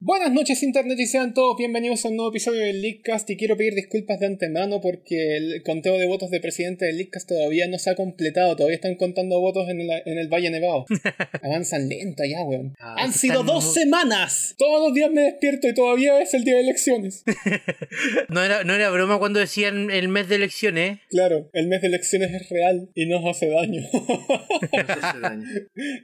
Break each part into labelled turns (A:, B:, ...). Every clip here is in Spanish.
A: Buenas noches Internet y sean todos bienvenidos a un nuevo episodio del Leakcast y quiero pedir disculpas de antemano porque el conteo de votos de presidente del Leakcast todavía no se ha completado, todavía están contando votos en, la- en el Valle Nevado. Avanzan lento ya, weón.
B: Ah,
A: Han
B: están
A: sido dos
B: muy-
A: semanas. Todos los días me despierto y todavía es el día de elecciones.
B: No era, no era broma cuando decían el mes de elecciones.
A: Claro, el mes de elecciones es real y nos hace daño.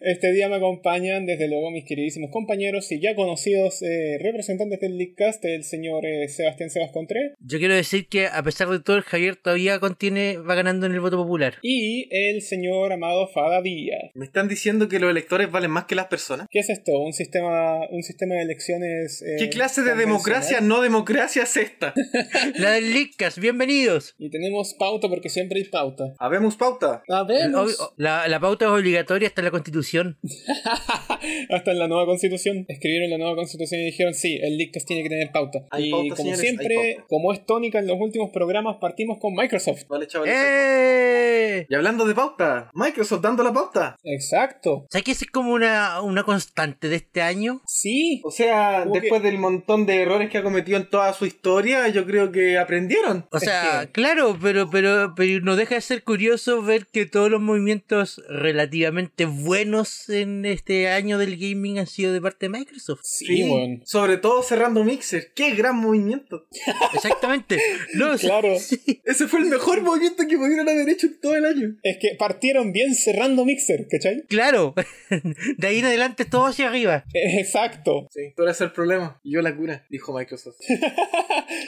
A: Este día me acompañan, desde luego, mis queridísimos compañeros y ya conocidos eh, representantes del Leakcast, el señor eh, Sebastián Sebas Contré
B: Yo quiero decir que a pesar de todo, el Javier todavía contiene, va ganando en el voto popular.
A: y el señor amado Fada Díaz.
C: ¿Me están diciendo que los electores valen más que las personas?
A: ¿Qué es esto? ¿Un sistema, un sistema de elecciones? eh,
C: ¿Qué clase de
A: convencional?
C: democracia, no democracia es esta?
B: La del Lickas, bienvenidos.
A: Y tenemos pauta porque siempre hay pauta.
C: Habemos pauta.
A: A ver,
B: Ob- La, la pauta es obligatoria hasta la constitución.
A: hasta en la nueva constitución. Escribieron la nueva constitución y dijeron, sí, el Leakcast tiene que tener pauta.
C: Hay
A: y
C: pauta,
A: como
C: señores, hay
A: siempre,
C: pauta.
A: como es tónica en los últimos programas, partimos con Microsoft.
C: Vale, chavales.
B: ¡Eh!
C: Y hablando de pauta, Microsoft dando la pauta.
A: Exacto.
B: ¿Sabes que esa es como una, una constante de este año?
A: Sí,
C: O sea,
A: Como que-
C: después del montón de errores que ha cometido en toda su historia, yo creo que aprendieron.
B: O sea,
A: Es que-
B: claro, pero, pero, pero no deja de ser curioso ver que todos los movimientos relativamente buenos en este año del gaming han sido de parte de Microsoft.
A: sí, weón.
C: Sobre todo cerrando Mixer. ¡Qué gran movimiento!
B: Exactamente. No, sí,
A: Claro.
B: sí.
C: Ese fue el mejor movimiento que pudieron haber hecho en todo el año.
A: Es que partieron bien cerrando Mixer, ¿cachai?
B: Claro. De ahí en adelante todo hacia arriba.
A: Eh, Exacto,
C: Sí, tú eres el problema. Y yo la cura, dijo Microsoft.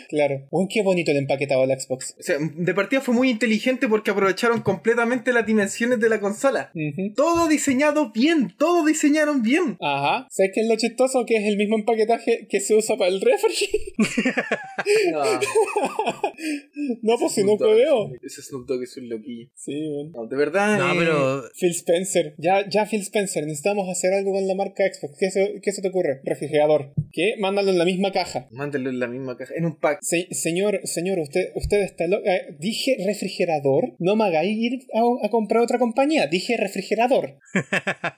A: claro. Uy, qué bonito el empaquetado de la Xbox.
C: O sea, de partida fue muy inteligente porque aprovecharon completamente las dimensiones de la consola.
A: Ujú.
C: Todo diseñado bien, todo diseñaron bien.
A: Ajá. ¿Sabes qué es lo chistoso? Que es el mismo empaquetaje que se usa para el refri.
C: Ah,
A: no, pues si no veo.
C: Ese Snoop Dogg es un loquillo.
A: Sí, bueno.
C: No, de verdad.
B: No,
C: eh,
B: pero
A: Phil Spencer. Ya, ya, Phil Spencer. Necesitamos hacer algo con la marca Xbox. ¿Qué se, qué se te ocurre? Refrigerador. ¿Qué? Mándalo en la misma caja.
C: Mándalo en la misma caja, en un pack.
A: Se- señor, señor, usted, usted está loco. Eh, dije refrigerador. No me hagáis ir a, a comprar otra compañía. Dije refrigerador.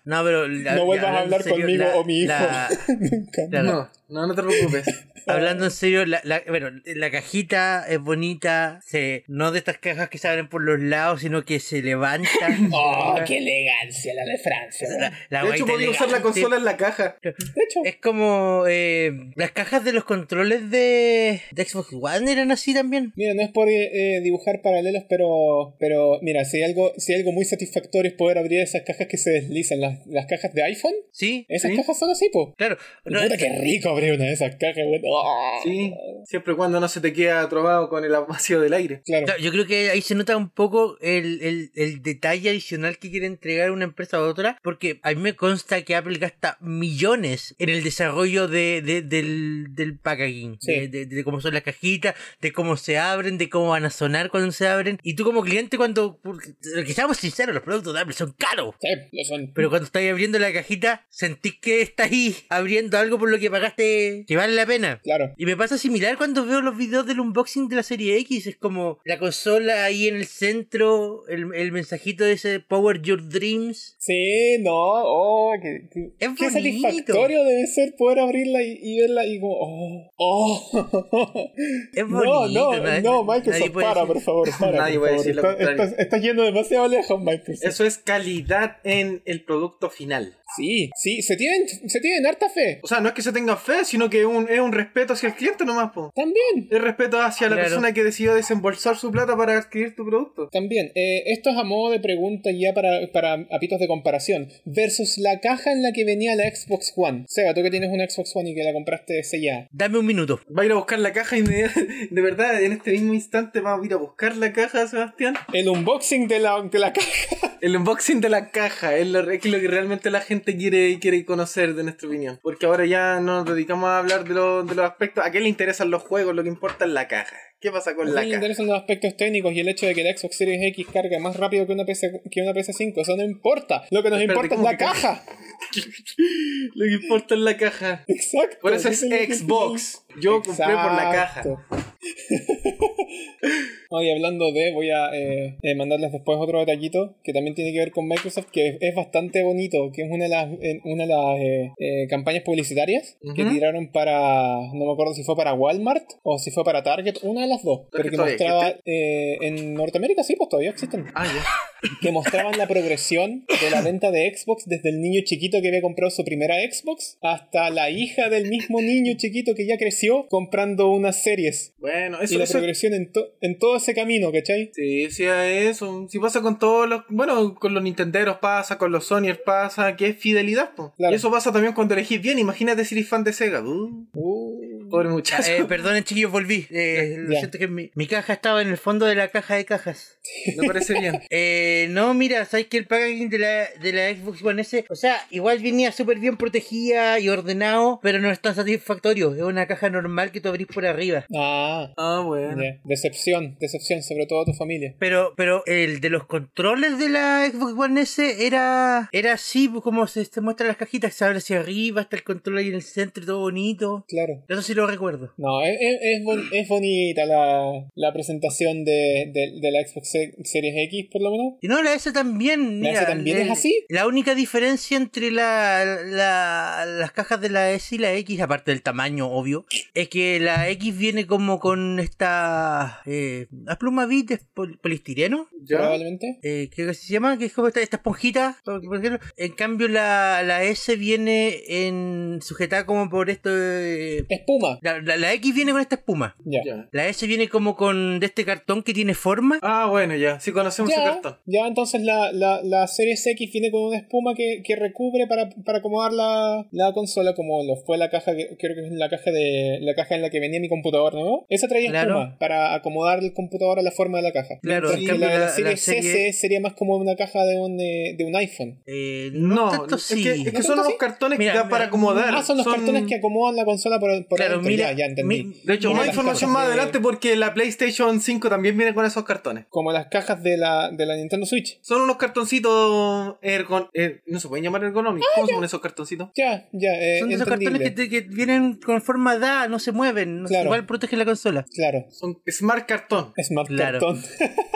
B: No, pero. la-
A: No vuelvas a
B: hablando en
A: hablar conmigo o mi hijo.
B: la-
A: Nunca.
B: Claro.
C: No, no, no te preocupes.
B: hablando en serio, la, la- bueno, la cajita es bonita. se- no de estas cajas que se abren por los lados, sino que se levantan.
A: ¡Oh, qué elegancia la de Francia!
B: La, la
C: de hecho,
B: guaita
C: podía usar la
B: elegante.
C: consola en la caja.
A: De hecho,
B: Es como eh, las cajas de los controles de, de Xbox One eran así también.
A: mira, no es por eh, eh, dibujar paralelos, pero pero mira, si hay algo si hay algo muy satisfactorio es poder abrir esas cajas que se deslizan, las, las cajas de iPhone.
B: Sí,
A: Esas
C: Sí.
A: cajas son así, po.
B: claro. No,
A: Puta, qué rico abrir una de esas cajas, weón. ¡Oh!
C: Sí, siempre y cuando no se te queda atrobado con el vacío del aire.
A: Claro.
B: Claro, yo creo que ahí se nota un poco el, el- el detalle adicional que quiere entregar una empresa a otra, porque a mí me consta que Apple gasta millones en el desarrollo de, de- del, del packaging,
A: Sí.
B: de, de- de cómo son las cajitas, de cómo se abren, de cómo van a sonar cuando se abren. Y tú como cliente cuando, porque, que seamos sinceros, los productos de Apple son caros.
A: Sí, lo son.
B: Pero cuando estás abriendo la cajita, sentís que estás ahí abriendo algo por lo que pagaste que vale la pena.
A: Claro.
B: Y me pasa similar cuando veo los videos del unboxing de la serie X. Es como la consola ahí en el centro, el, el mensajito de ese Power Your Dreams.
A: Sí, no, oh, qué, qué-
B: Es
A: qué
B: bonito.
A: satisfactorio debe ser poder abrirla y, y verla y como, oh, oh.
B: Es
A: no,
B: bonito.
A: no,
B: nadie-
A: no,
B: nadie
A: Microsoft,
B: puede
A: para,
B: decir-
A: por favor, para.
C: Nadie
A: por
C: puede
A: favor.
C: decir lo
A: Estás-
C: contrario.
A: estás- estás yendo demasiado lejos, Microsoft.
C: Eso es calidad en el producto final.
A: Sí, sí, se tienen, se tienen harta fe.
C: O sea, no es que se tenga fe, sino que es un, es un respeto hacia el cliente nomás, po.
A: También,
C: El respeto hacia la
B: Claro.
C: persona que decidió desembolsar su plata para adquirir tu producto.
A: también. Eh, esto es a modo de pregunta ya para, para apitos de comparación. Versus la caja en la que venía la Xbox One. Seba, tú que tienes una Xbox One y que la compraste sellada.
B: Dame un minuto.
C: Va a ir a buscar la caja inmediata. De verdad, en este mismo instante va a ir a buscar la caja, Sebastián.
A: El unboxing de la, de la caja.
C: El unboxing de la caja es lo, es lo que realmente la gente quiere, quiere conocer, de nuestra opinión. Porque ahora ya no nos dedicamos a hablar de, lo- de los aspectos. ¿A qué le interesan los juegos? Lo que importa es la caja. ¿Qué pasa con
A: A
C: la
A: mí me
C: caja?
A: interesan los aspectos técnicos y el hecho de que la Xbox Series X cargue más rápido que una, PC, que una PS5. Eso no importa. Lo que nos importa
C: Espérate,
A: es
C: ¿cómo
A: la
C: que
A: caja.
C: Lo que importa es la caja.
A: Exacto.
C: Por eso es
A: lo que-
C: Xbox. Yo compré por la caja.
A: Exacto. No, y hablando de, voy a eh, eh, mandarles después otro detallito que también tiene que ver con Microsoft, que es, es bastante bonito, que es una de las, eh, una de las eh, eh, campañas publicitarias que
C: Ujú.
A: tiraron para, no me acuerdo si fue para Walmart o si fue para Target, una de las dos, pero que
C: todavía
A: mostraba eh, en Norteamérica, sí, pues todavía existen,
C: Ah, ya.
A: que mostraban la progresión de la venta de Xbox desde el niño chiquito que había comprado su primera Xbox hasta la hija del mismo niño chiquito que ya creció comprando unas series.
C: Bueno,
A: y
C: eso,
A: la
C: eso
A: progresión en, to- en todo ese camino, ¿cachai?
C: Sí, sí, a eso. Si pasa con todos los. Bueno, con los Nintenderos pasa, con los Sonyers pasa, que es fidelidad, po.
A: Claro.
C: Y eso pasa también cuando elegís bien. Imagínate si eres fan de Sega. Uh, pobre
B: Ya,
C: muchacho.
B: eh, perdonen, chiquillos, volví. Eh, lo
A: Ya.
B: siento que mi, mi caja estaba en el fondo de la caja de cajas.
C: Me parece bien.
B: Eh, no, mira, sabes que el packaging de la, de la Xbox One S, o sea, igual venía súper bien protegida y ordenado, pero no es tan satisfactorio. Es una caja normal que tú abrís por arriba.
A: Ah,
C: Ah, bueno.
A: ya. decepción, decepción, sobre todo a tu familia.
B: Pero, pero el de los controles de la Xbox One S era, era así pues, como se te muestran las cajitas, se abre hacia arriba, está el control ahí en el centro, todo bonito.
A: Claro.
B: Eso sí lo recuerdo.
A: No, es, es- es bon- es bonita la, la presentación de, de- de la Xbox Se- Series X, por lo menos.
B: Y no, la S también.
A: ¿La
B: mira,
A: S también
B: el-
A: es así?
B: La única diferencia entre la, la- las cajas de la S y la X, aparte del tamaño, obvio, es que la X viene como con esta. Eh, las plumas bit es pol- poliestireno.
C: Ya.
A: Probablemente.
B: eh, creo que se llama, que es como esta, esta esponjita, por por ejemplo. En cambio, la, la S viene en sujetada como por esto. eh,
A: Espuma.
B: la, la- la X viene con esta espuma.
A: Ya. Ya,
C: ya.
B: La S viene como con de este cartón que tiene forma.
C: Ah, bueno, ya. Sí, conocemos ese cartón.
A: ya, entonces la, la, la Series X viene con una espuma que, que recubre para, para acomodar la, la consola, como lo fue la caja, que, creo que es la caja de la caja en la que venía mi computador, ¿no? Esa traía
B: Claro.
A: espuma para acomodar el computador a la forma de la caja.
B: Claro,
A: Mientras
C: en
A: que
B: cambio
A: la,
B: la-
A: la
B: la
A: Series
B: serie-
A: S sería más como una caja de un, eh, de un iPhone.
B: Eh, no,
C: No,
B: tanto
C: es,
B: sí.
C: que, es que
A: ¿No
C: son
A: tanto
C: los
A: sí?
C: cartones
B: Mira,
C: que da
B: mira.
C: para acomodar.
A: Ah, son los cartones que acomodan la consola por, por
B: Claro,
A: adentro.
B: mira,
A: ya, ya entendí.
B: mi-
C: De hecho,
B: mira
C: más
B: las
C: información
B: cajas
C: más
B: de-
C: adelante porque la PlayStation 5 también viene con esos cartones.
A: Como las cajas de la, de la Nintendo Switch.
C: Son unos cartoncitos ergon... er- no se pueden llamar ergonómicos.
A: Ah,
C: ¿Cómo se llaman esos cartoncitos?
A: Ya, ya, eh,
B: Son de esos
A: entendible.
B: cartones que, te- que vienen con forma da, no se mueven. no sé,
A: Claro.
B: Igual protegen la consola.
A: Claro,
C: Son Smart Cartón.
A: Smart
B: Claro.
A: Cartón.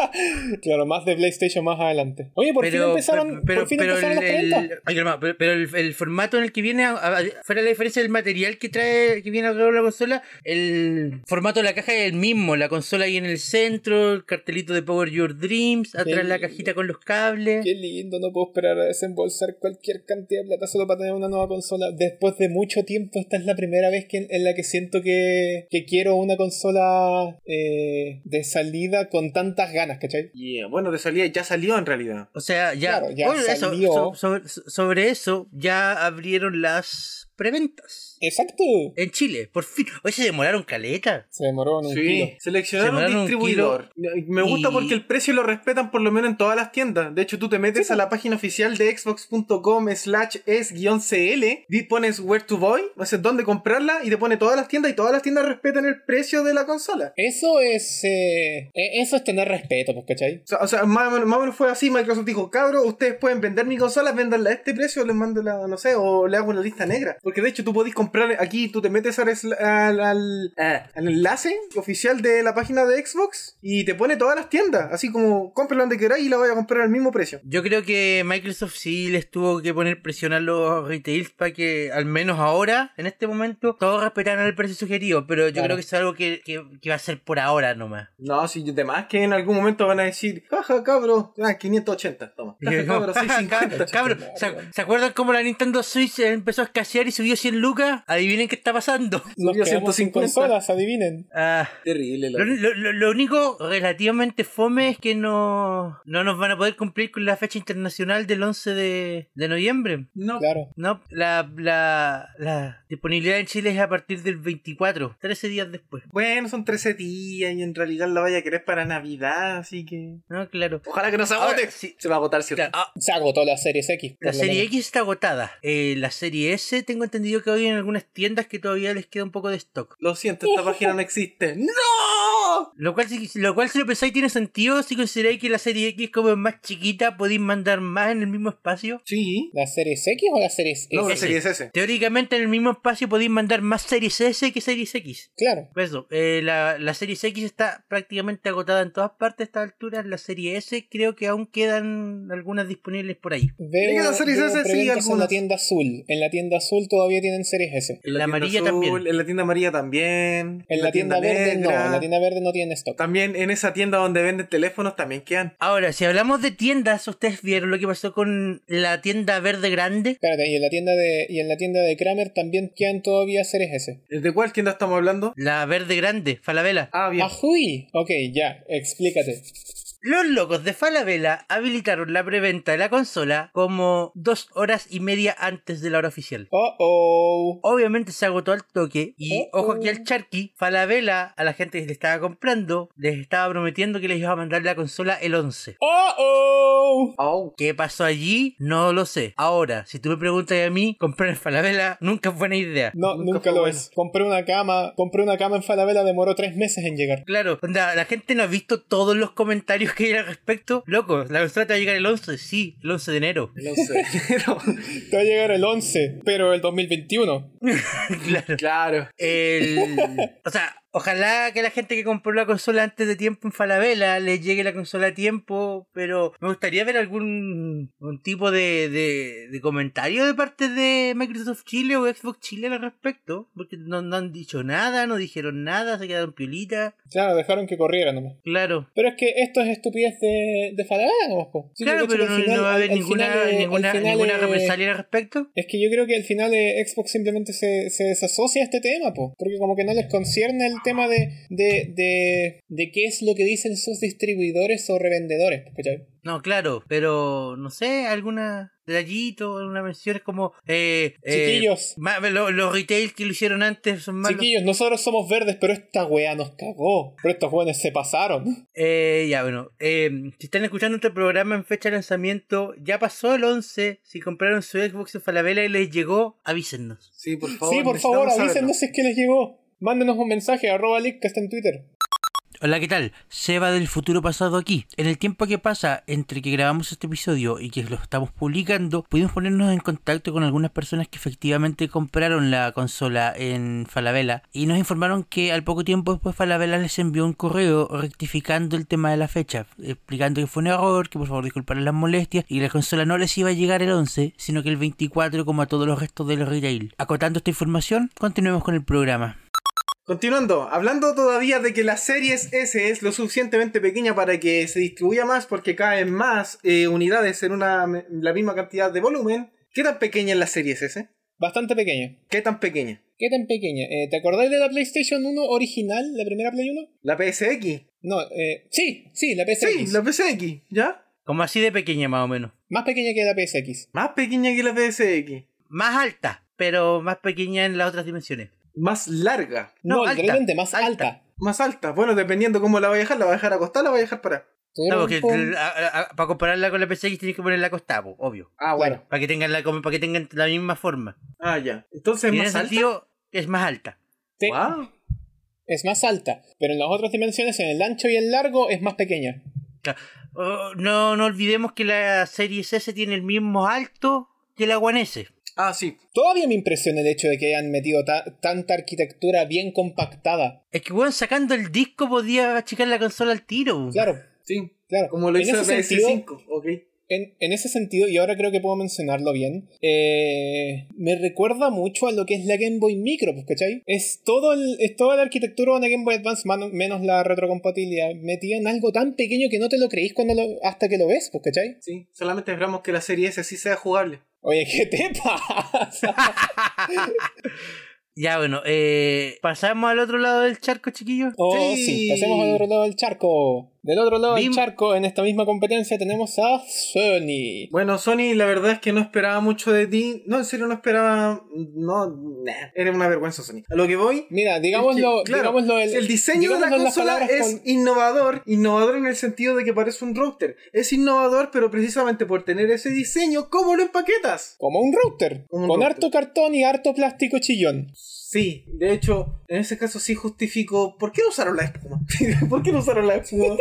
A: claro, más de PlayStation más adelante. Oye, por fin empezaron,
B: pero-
A: por fin
B: pero
A: empezaron las
B: el-
A: preguntas.
B: Ay, calma, pero- pero el, el formato en el que viene, a- a- fuera la diferencia del material que trae, que viene alrededor de la consola, el formato de la caja es el mismo. La consola ahí en el centro, el cartelito de Power Your Dreams, atrás
A: Qué
B: la cajita con los cables.
A: Qué lindo, no puedo esperar a desembolsar cualquier cantidad de plata solo para tener una nueva consola. Después de mucho tiempo, esta es la primera vez que, en la que siento que, que quiero una consola eh, de salida con tantas ganas, ¿cachai?
C: Yeah, eh, bueno, de salida ya salió en realidad.
B: O sea, ya,
A: Claro, ya
B: Oye, eso,
A: salió.
B: so- sobre, sobre eso ya abrieron las preventas
A: Exacto.
B: en Chile, por fin. Hoy se demoraron caleta.
A: Se demoró en un kilo.
C: Sí, seleccionaron
B: Se
C: un
B: mandaron un
C: distribuidor. eh, Me gusta
B: y-
C: porque el precio lo respetan por lo menos en todas las tiendas. De hecho, tú te metes a la página oficial de xbox.com slash es-cl, di- pones where to buy, o sea, dónde comprarla y te pone todas las tiendas y todas las tiendas respetan el precio de la consola.
A: Eso es. eh, e- eso es tener respeto, pues, ¿cachai?
C: O sea, o sea, más o menos- más o menos fue así, Microsoft dijo, cabros, ustedes pueden vender mi consola, vendanla a este precio, les mando la, no sé, o le hago una lista negra. Porque de hecho tú podés comprar aquí, tú te metes al, es- al, al- ah, al enlace oficial de la página de Xbox y te pone todas las tiendas, así como cómprala donde queráis y la voy a comprar al mismo precio.
B: Yo creo que Microsoft sí les tuvo que poner presión a los retails para que, al menos ahora, en este momento, todos respetaran el precio sugerido. Pero yo
A: Claro.
B: creo que es algo que, que- que va a ser por ahora nomás.
C: No, si demás que en algún momento van a decir, jaja, cabro, ah, 580, toma. Jaja, cabro, 650.
B: Cabrón, ¿se, se acuerdan cómo la Nintendo Switch eh, empezó a escasear y subió 100 lucas? Adivinen qué está pasando.
A: Nos
C: Subió
A: quedamos sin
C: 150.
A: consolas, adivinen.
B: Ah,
C: Terrible,
B: Lo,
C: la
B: lo- lo- lo único relativamente fome es que no, no nos van a poder cumplir con la fecha internacional del 11 de, de noviembre.
C: No,
A: Claro.
B: No, la, la, la disponibilidad en Chile es a partir del 24, 13 días después.
C: Bueno, son 13 días y en realidad la vaya a querer para Navidad, así que.
B: No, claro.
C: Ojalá que no se
B: Ahora,
C: agote.
B: sí.
C: Se va a agotar, ¿cierto?
B: Ah,
A: Se agotó la Series X. por
B: la
A: lo
B: serie
A: menos.
B: X está agotada. Eh, la serie S tengo entendido que hoy en algunas tiendas que todavía les queda un poco de stock.
C: Lo siento, esta página no existe. ¡No! ¡No!
B: Lo cual, si- lo cual, si lo pensáis, tiene sentido si consideráis que la serie X, como es más chiquita, podéis mandar más en el mismo espacio.
C: Sí.
A: ¿La series X o la series S?
C: No, la
B: Ese.
C: serie es ese.
B: Teóricamente, en el mismo espacio podéis mandar más series S que series X.
A: Claro.
B: Por eso, eh, la, la serie X está prácticamente agotada en todas partes a estas alturas. La serie S creo que aún quedan algunas disponibles por ahí.
A: Veo,
C: Mira, las series
A: veo
C: S sí,
A: preventas en la
C: algunas.
A: tienda azul. En la tienda azul todavía tienen series S.
B: La
C: tienda
B: amarilla
C: azul, eh.
B: también.
C: En la tienda amarilla también.
A: En la, tienda, verde
C: negra.
A: no, en la tienda verde no tienen stock.
C: También en esa tienda donde venden teléfonos también quedan.
B: Ahora, si hablamos de tiendas, ustedes vieron lo que pasó con la tienda verde grande.
A: Espérate, y en la tienda de y en la tienda de Kramer también quedan todavía series S.
C: ¿De cuál tienda estamos hablando?
B: La verde grande, Falabella.
C: Ah, bien.
A: ¡Ajuy! Ok, ya, explícate.
B: Los locos de Falabella habilitaron la preventa de la consola como dos horas y media antes de la hora oficial.
A: Oh oh.
B: Obviamente se agotó al toque y
A: Oh, oh.
B: ojo aquí al charqui, Falabella a la gente que le estaba comprando les estaba prometiendo que les iba a mandar la consola el 11.
A: ¡Oh, oh!
C: Au.
B: ¿Qué pasó allí? No lo sé. Ahora, si tú me preguntas a mí, comprar en Falabella nunca es buena idea.
A: No,
C: Nunca
A: nunca,
C: fue
A: lo
C: bueno.
A: es. Compré una cama, compré una cama en Falabella, demoró tres meses en llegar.
B: Claro, onda, la gente no ha visto todos los comentarios que hay al respecto. Loco, la consola te va a llegar el 11, sí, el 11 de enero.
C: No sé.
A: Te va a llegar el 11, pero el 2021.
B: claro.
C: claro.
B: El- o sea, ojalá que la gente que compró la consola antes de tiempo en Falabella le llegue la consola a tiempo, pero me gustaría ver algún un tipo de, de- de comentario de parte de Microsoft Chile o Xbox Chile al respecto, porque no, no han dicho nada, no dijeron nada, se quedaron piolitas.
A: Claro, dejaron que corriera nomás.
B: Claro.
A: Pero es que esto es estupidez de, de Falabella, nomás, po. Sí,
B: claro,
A: yo creo
B: pero
A: que
B: no,
A: al final-
B: no va a haber
A: al- al
B: ninguna,
A: final, eh, al
B: ninguna,
A: final,
B: ninguna
A: eh,
B: represalia al respecto.
A: Es que yo creo que al final eh, Xbox simplemente se, se desasocia a este tema, po. porque como que no les concierne el tema de, de, de, de qué es lo que dicen sus distribuidores o revendedores. po, ¿cachai?
B: No, claro, pero no sé, alguna detallito, alguna mención es como... Eh, eh,
A: Chiquillos.
B: ma- lo- los retail que lo hicieron antes son malos.
A: Chiquillos, nosotros somos verdes, pero esta wea nos cagó. Pero estos weones se pasaron.
B: Eh, ya, bueno. eh, si están escuchando este programa en fecha de lanzamiento, ya pasó el 11. Si compraron su Xbox en Falabella y les llegó, avísennos.
C: Sí, por favor.
A: sí, por favor,
C: necesitamos
A: avísennos si es que les llegó. Mándenos un mensaje, arroba link que está en Twitter.
B: Hola, ¿qué tal? Seba del futuro pasado aquí. En el tiempo que pasa entre que grabamos este episodio y que lo estamos publicando, pudimos ponernos en contacto con algunas personas que efectivamente compraron la consola en Falabella y nos informaron que al poco tiempo después Falabella les envió un correo rectificando el tema de la fecha, explicando que fue un error, que por favor disculparan las molestias y que la consola no les iba a llegar el 11, sino que el 24 como a todos los restos del retail. Acotando esta información, continuemos con el programa.
C: Continuando, hablando todavía de que la series S es lo suficientemente pequeña para que se distribuya más porque caen más eh, unidades en una, la misma cantidad de volumen. ¿Qué tan pequeña es la series S?
A: Bastante pequeña.
C: ¿Qué tan pequeña?
A: ¿Qué tan pequeña? Eh, ¿Te acordáis de la PlayStation 1 original, la primera Play 1?
C: ¿La PSX?
A: No, eh, sí, sí, la PSX.
C: Sí, la PSX, ¿ya?
B: Como así de pequeña más o menos.
A: Más pequeña que la PSX.
C: Más pequeña que la PSX.
B: más alta, pero más pequeña en las otras dimensiones.
C: Más larga.
A: No,
B: No, alta,
A: literalmente más
B: alta.
A: alta.
C: Más alta. Bueno, dependiendo cómo la voy a dejar, la voy a dejar acostada, la voy a dejar para.
B: No, porque
A: Turum,
B: el- a- a- a- para compararla con la PCX tienes que ponerla acostada, po, obvio.
C: Ah,
A: Claro.
C: bueno.
B: Para que tengan la, como para que tengan la misma forma.
C: Ah, ya. Entonces,
B: Y en
C: más
B: ese
C: alta.
B: sentido es más alta.
A: te-
C: Guau.
A: Es más alta, pero en las otras dimensiones, en el ancho y el largo, es más pequeña.
B: Oh, no, no olvidemos que la Series S tiene el mismo alto que la One S.
C: Ah, sí.
A: Todavía me impresiona el hecho de que hayan metido ta- tanta arquitectura bien compactada.
B: Es que weón, sacando el disco podía achicar la consola al tiro.
A: Claro,
C: Sí.
A: claro.
C: Como lo
A: en
C: hizo la
A: ese sentido,
C: PS5. Ok.
A: en, en ese sentido, y ahora creo que puedo mencionarlo bien, eh, me recuerda mucho a lo que es la Game Boy Micro, pues, ¿cachai? Es, todo el, es toda la arquitectura de una Game Boy Advance mano- menos la retrocompatibilidad metida en algo tan pequeño que no te lo creís cuando lo- hasta que lo ves, pues, ¿cachai?
C: Sí. Solamente esperamos que la serie S sí sea jugable.
A: Oye, ¿qué te pasa?
B: Ya bueno, eh, pasamos al otro lado del charco, chiquillos.
A: Oh,
C: Sí.
A: sí. pasemos al otro lado del charco. Del otro lado
B: Bim.
A: del charco, en esta misma competencia, tenemos a Sony.
C: Bueno, Sony, la verdad es que no esperaba mucho de ti. No, en serio, no esperaba. No, nah. Era una vergüenza, Sony. A lo que voy.
A: Mira,
C: Es
A: digámoslo,
C: que, claro,
A: digámoslo
C: el, diseño de la
A: digámoslo en las
C: consola
A: palabras
C: es
A: con-
C: innovador, innovador en el sentido de que parece un router. Es innovador, pero precisamente por tener ese diseño, ¿cómo lo empaquetas?
A: como un router,
C: Como un
A: con
C: router.
A: harto cartón y harto plástico chillón.
C: Sí, de hecho, en ese caso sí justifico. ¿Por qué no usaron la espuma? ¿Por qué no usaron la espuma?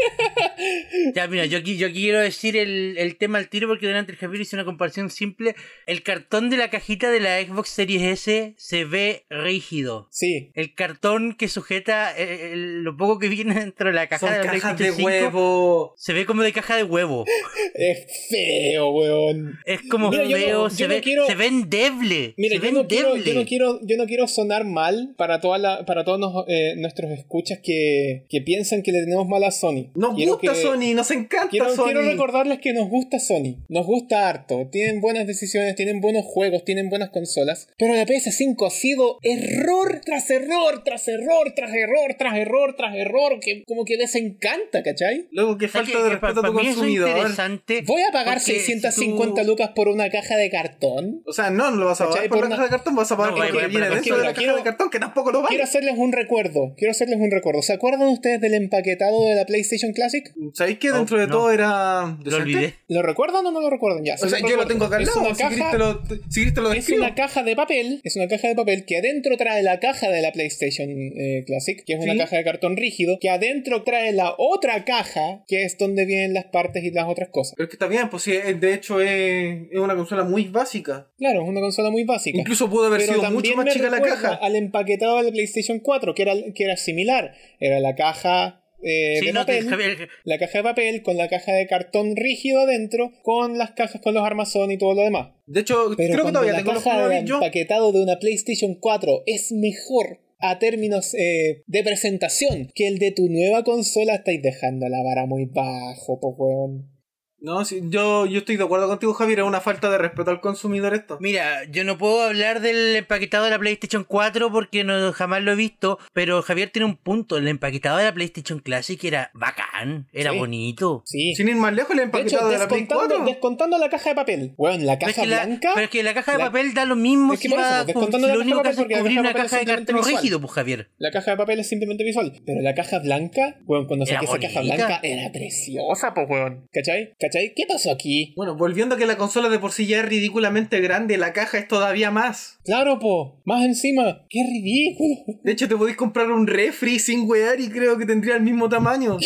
B: Ya, mira, yo aquí, yo aquí quiero decir el, el tema al tiro porque durante el Javier hice una comparación simple. El cartón de la cajita de la Xbox Series S se ve rígido.
A: Sí,
B: El cartón que sujeta eh, el- lo poco que viene dentro de la caja
C: Son
B: de la
C: cajas de
B: PlayStation 5,
C: huevo.
B: Se ve como de caja de huevo.
A: es feo, weón.
B: Es como
A: Mira, yo no-
B: feo,
A: yo
B: se,
A: no
B: ve,
A: quiero-
B: se ve endeble.
A: Mira,
B: se ve
A: yo no, quiero,
B: endeble.
A: yo, no quiero, yo no quiero sonar mal para, toda la, para todos nos- eh, nuestros escuchas que, que piensan que le tenemos mal a Sony.
C: Nos
A: Quiero
C: gusta
A: que-
C: Sony, nos encanta
A: Quiero,
C: Sony.
A: quiero recordarles que nos gusta Sony, nos gusta harto, tienen buenas decisiones, tienen buenos juegos, tienen buenas consolas, pero la PS5 ha sido error tras error, tras error, tras error, tras error, tras error, que como que desencanta, ¿cachai?
C: Luego que
B: O sea,
C: falta
B: que-
C: de
B: que pa-
C: respeto a
B: pa'
C: tu
B: mí eso es
C: consumidor.
B: interesante
A: Voy a pagar
B: porque si
A: 650
B: tú-
A: lucas por una caja de cartón.
C: O sea, no, no lo vas a
A: ¿Cachai?
C: pagar por
A: Por
C: la
A: una-
C: caja de cartón, vas a pagar
B: No,
C: por
B: vale,
C: lo que
B: vale,
C: viene
B: vale,
C: dentro de la
A: quiero-
C: caja de cartón, que tampoco lo
A: Quiero
C: vale.
A: hacerles un recuerdo, quiero hacerles un recuerdo. ¿Se acuerdan ustedes del empaquetado de la PlayStation Classic?
C: ¿Sabéis que dentro
B: No,
C: de
B: no.
C: todo era.
B: Lo
C: decente?
B: olvidé.
A: ¿Lo recuerdan o no lo recuerdan? Ya,
C: O sea, yo lo tengo acá al
A: Es
C: lado.
A: una
C: Si querés
A: caja
C: te lo, te- si querés te lo
A: Es
C: describo.
A: una caja de papel, es una caja de papel que adentro trae la caja de la PlayStation eh, Classic, que es una
C: Sí.
A: caja de cartón rígido, que adentro trae la otra caja, que es donde vienen las partes y las otras cosas.
C: Pero es que está bien, pues sí, es- de hecho es, es una consola muy básica.
A: Claro, es una consola muy básica.
C: Incluso pudo haber sido mucho más
A: me
C: chica la
A: recuerda
C: caja.
A: al empaquetado de la PlayStation 4, que era, que era similar. Era la caja eh,
B: Sí,
A: de
B: no,
A: papel.
B: te- Javier,
A: La caja de papel con la caja de cartón rígido adentro, con las cajas con los armazón y todo lo demás.
C: De hecho,
A: Pero
C: creo que
A: cuando
C: todavía
A: la
C: tengo los
A: caja de
C: colores yo.
A: empaquetado de una PlayStation 4 es mejor a términos eh, de presentación que el de tu nueva consola, estáis dejando la vara muy bajo, po weón.
C: No, sí, yo, yo estoy de acuerdo contigo, Javier, es una falta de respeto al consumidor esto.
B: Mira, yo no puedo hablar del empaquetado de la PlayStation 4 porque no, jamás lo he visto, pero Javier tiene un punto. El empaquetado de la PlayStation Classic era bacán, era
A: Sí.
B: bonito.
A: Sí.
C: Sin ir más lejos, el
A: de hecho,
C: empaquetado de la Play
A: descontando,
C: 4.
A: descontando la caja de papel. Weón, la
B: Pero es
A: caja
B: que la-
A: blanca.
B: pero es que la caja de
A: la-
B: papel da lo mismo
A: es que
B: si
A: por eso,
B: va con-
A: descontando la
B: lo
A: caja de
B: único que
A: papel
B: hace es
A: porque la
B: cubrir
A: caja de
B: una
A: papel es
B: caja de
A: simplemente
B: cartón
A: visual.
B: rígido, pues Javier.
A: La caja de papel es simplemente visual, pero la caja blanca, weón, cuando
B: Era
A: saqué esa caja
B: bonita.
A: blanca era preciosa, po weón. ¿Cachai? ¿Cachai? ¿Qué pasó aquí?
C: Bueno, volviendo a que la consola de por sí ya es ridículamente grande, la caja es todavía más.
A: Claro, po, más encima, qué ridículo.
C: De hecho, te podéis comprar un refri sin wear y creo que tendría el mismo tamaño.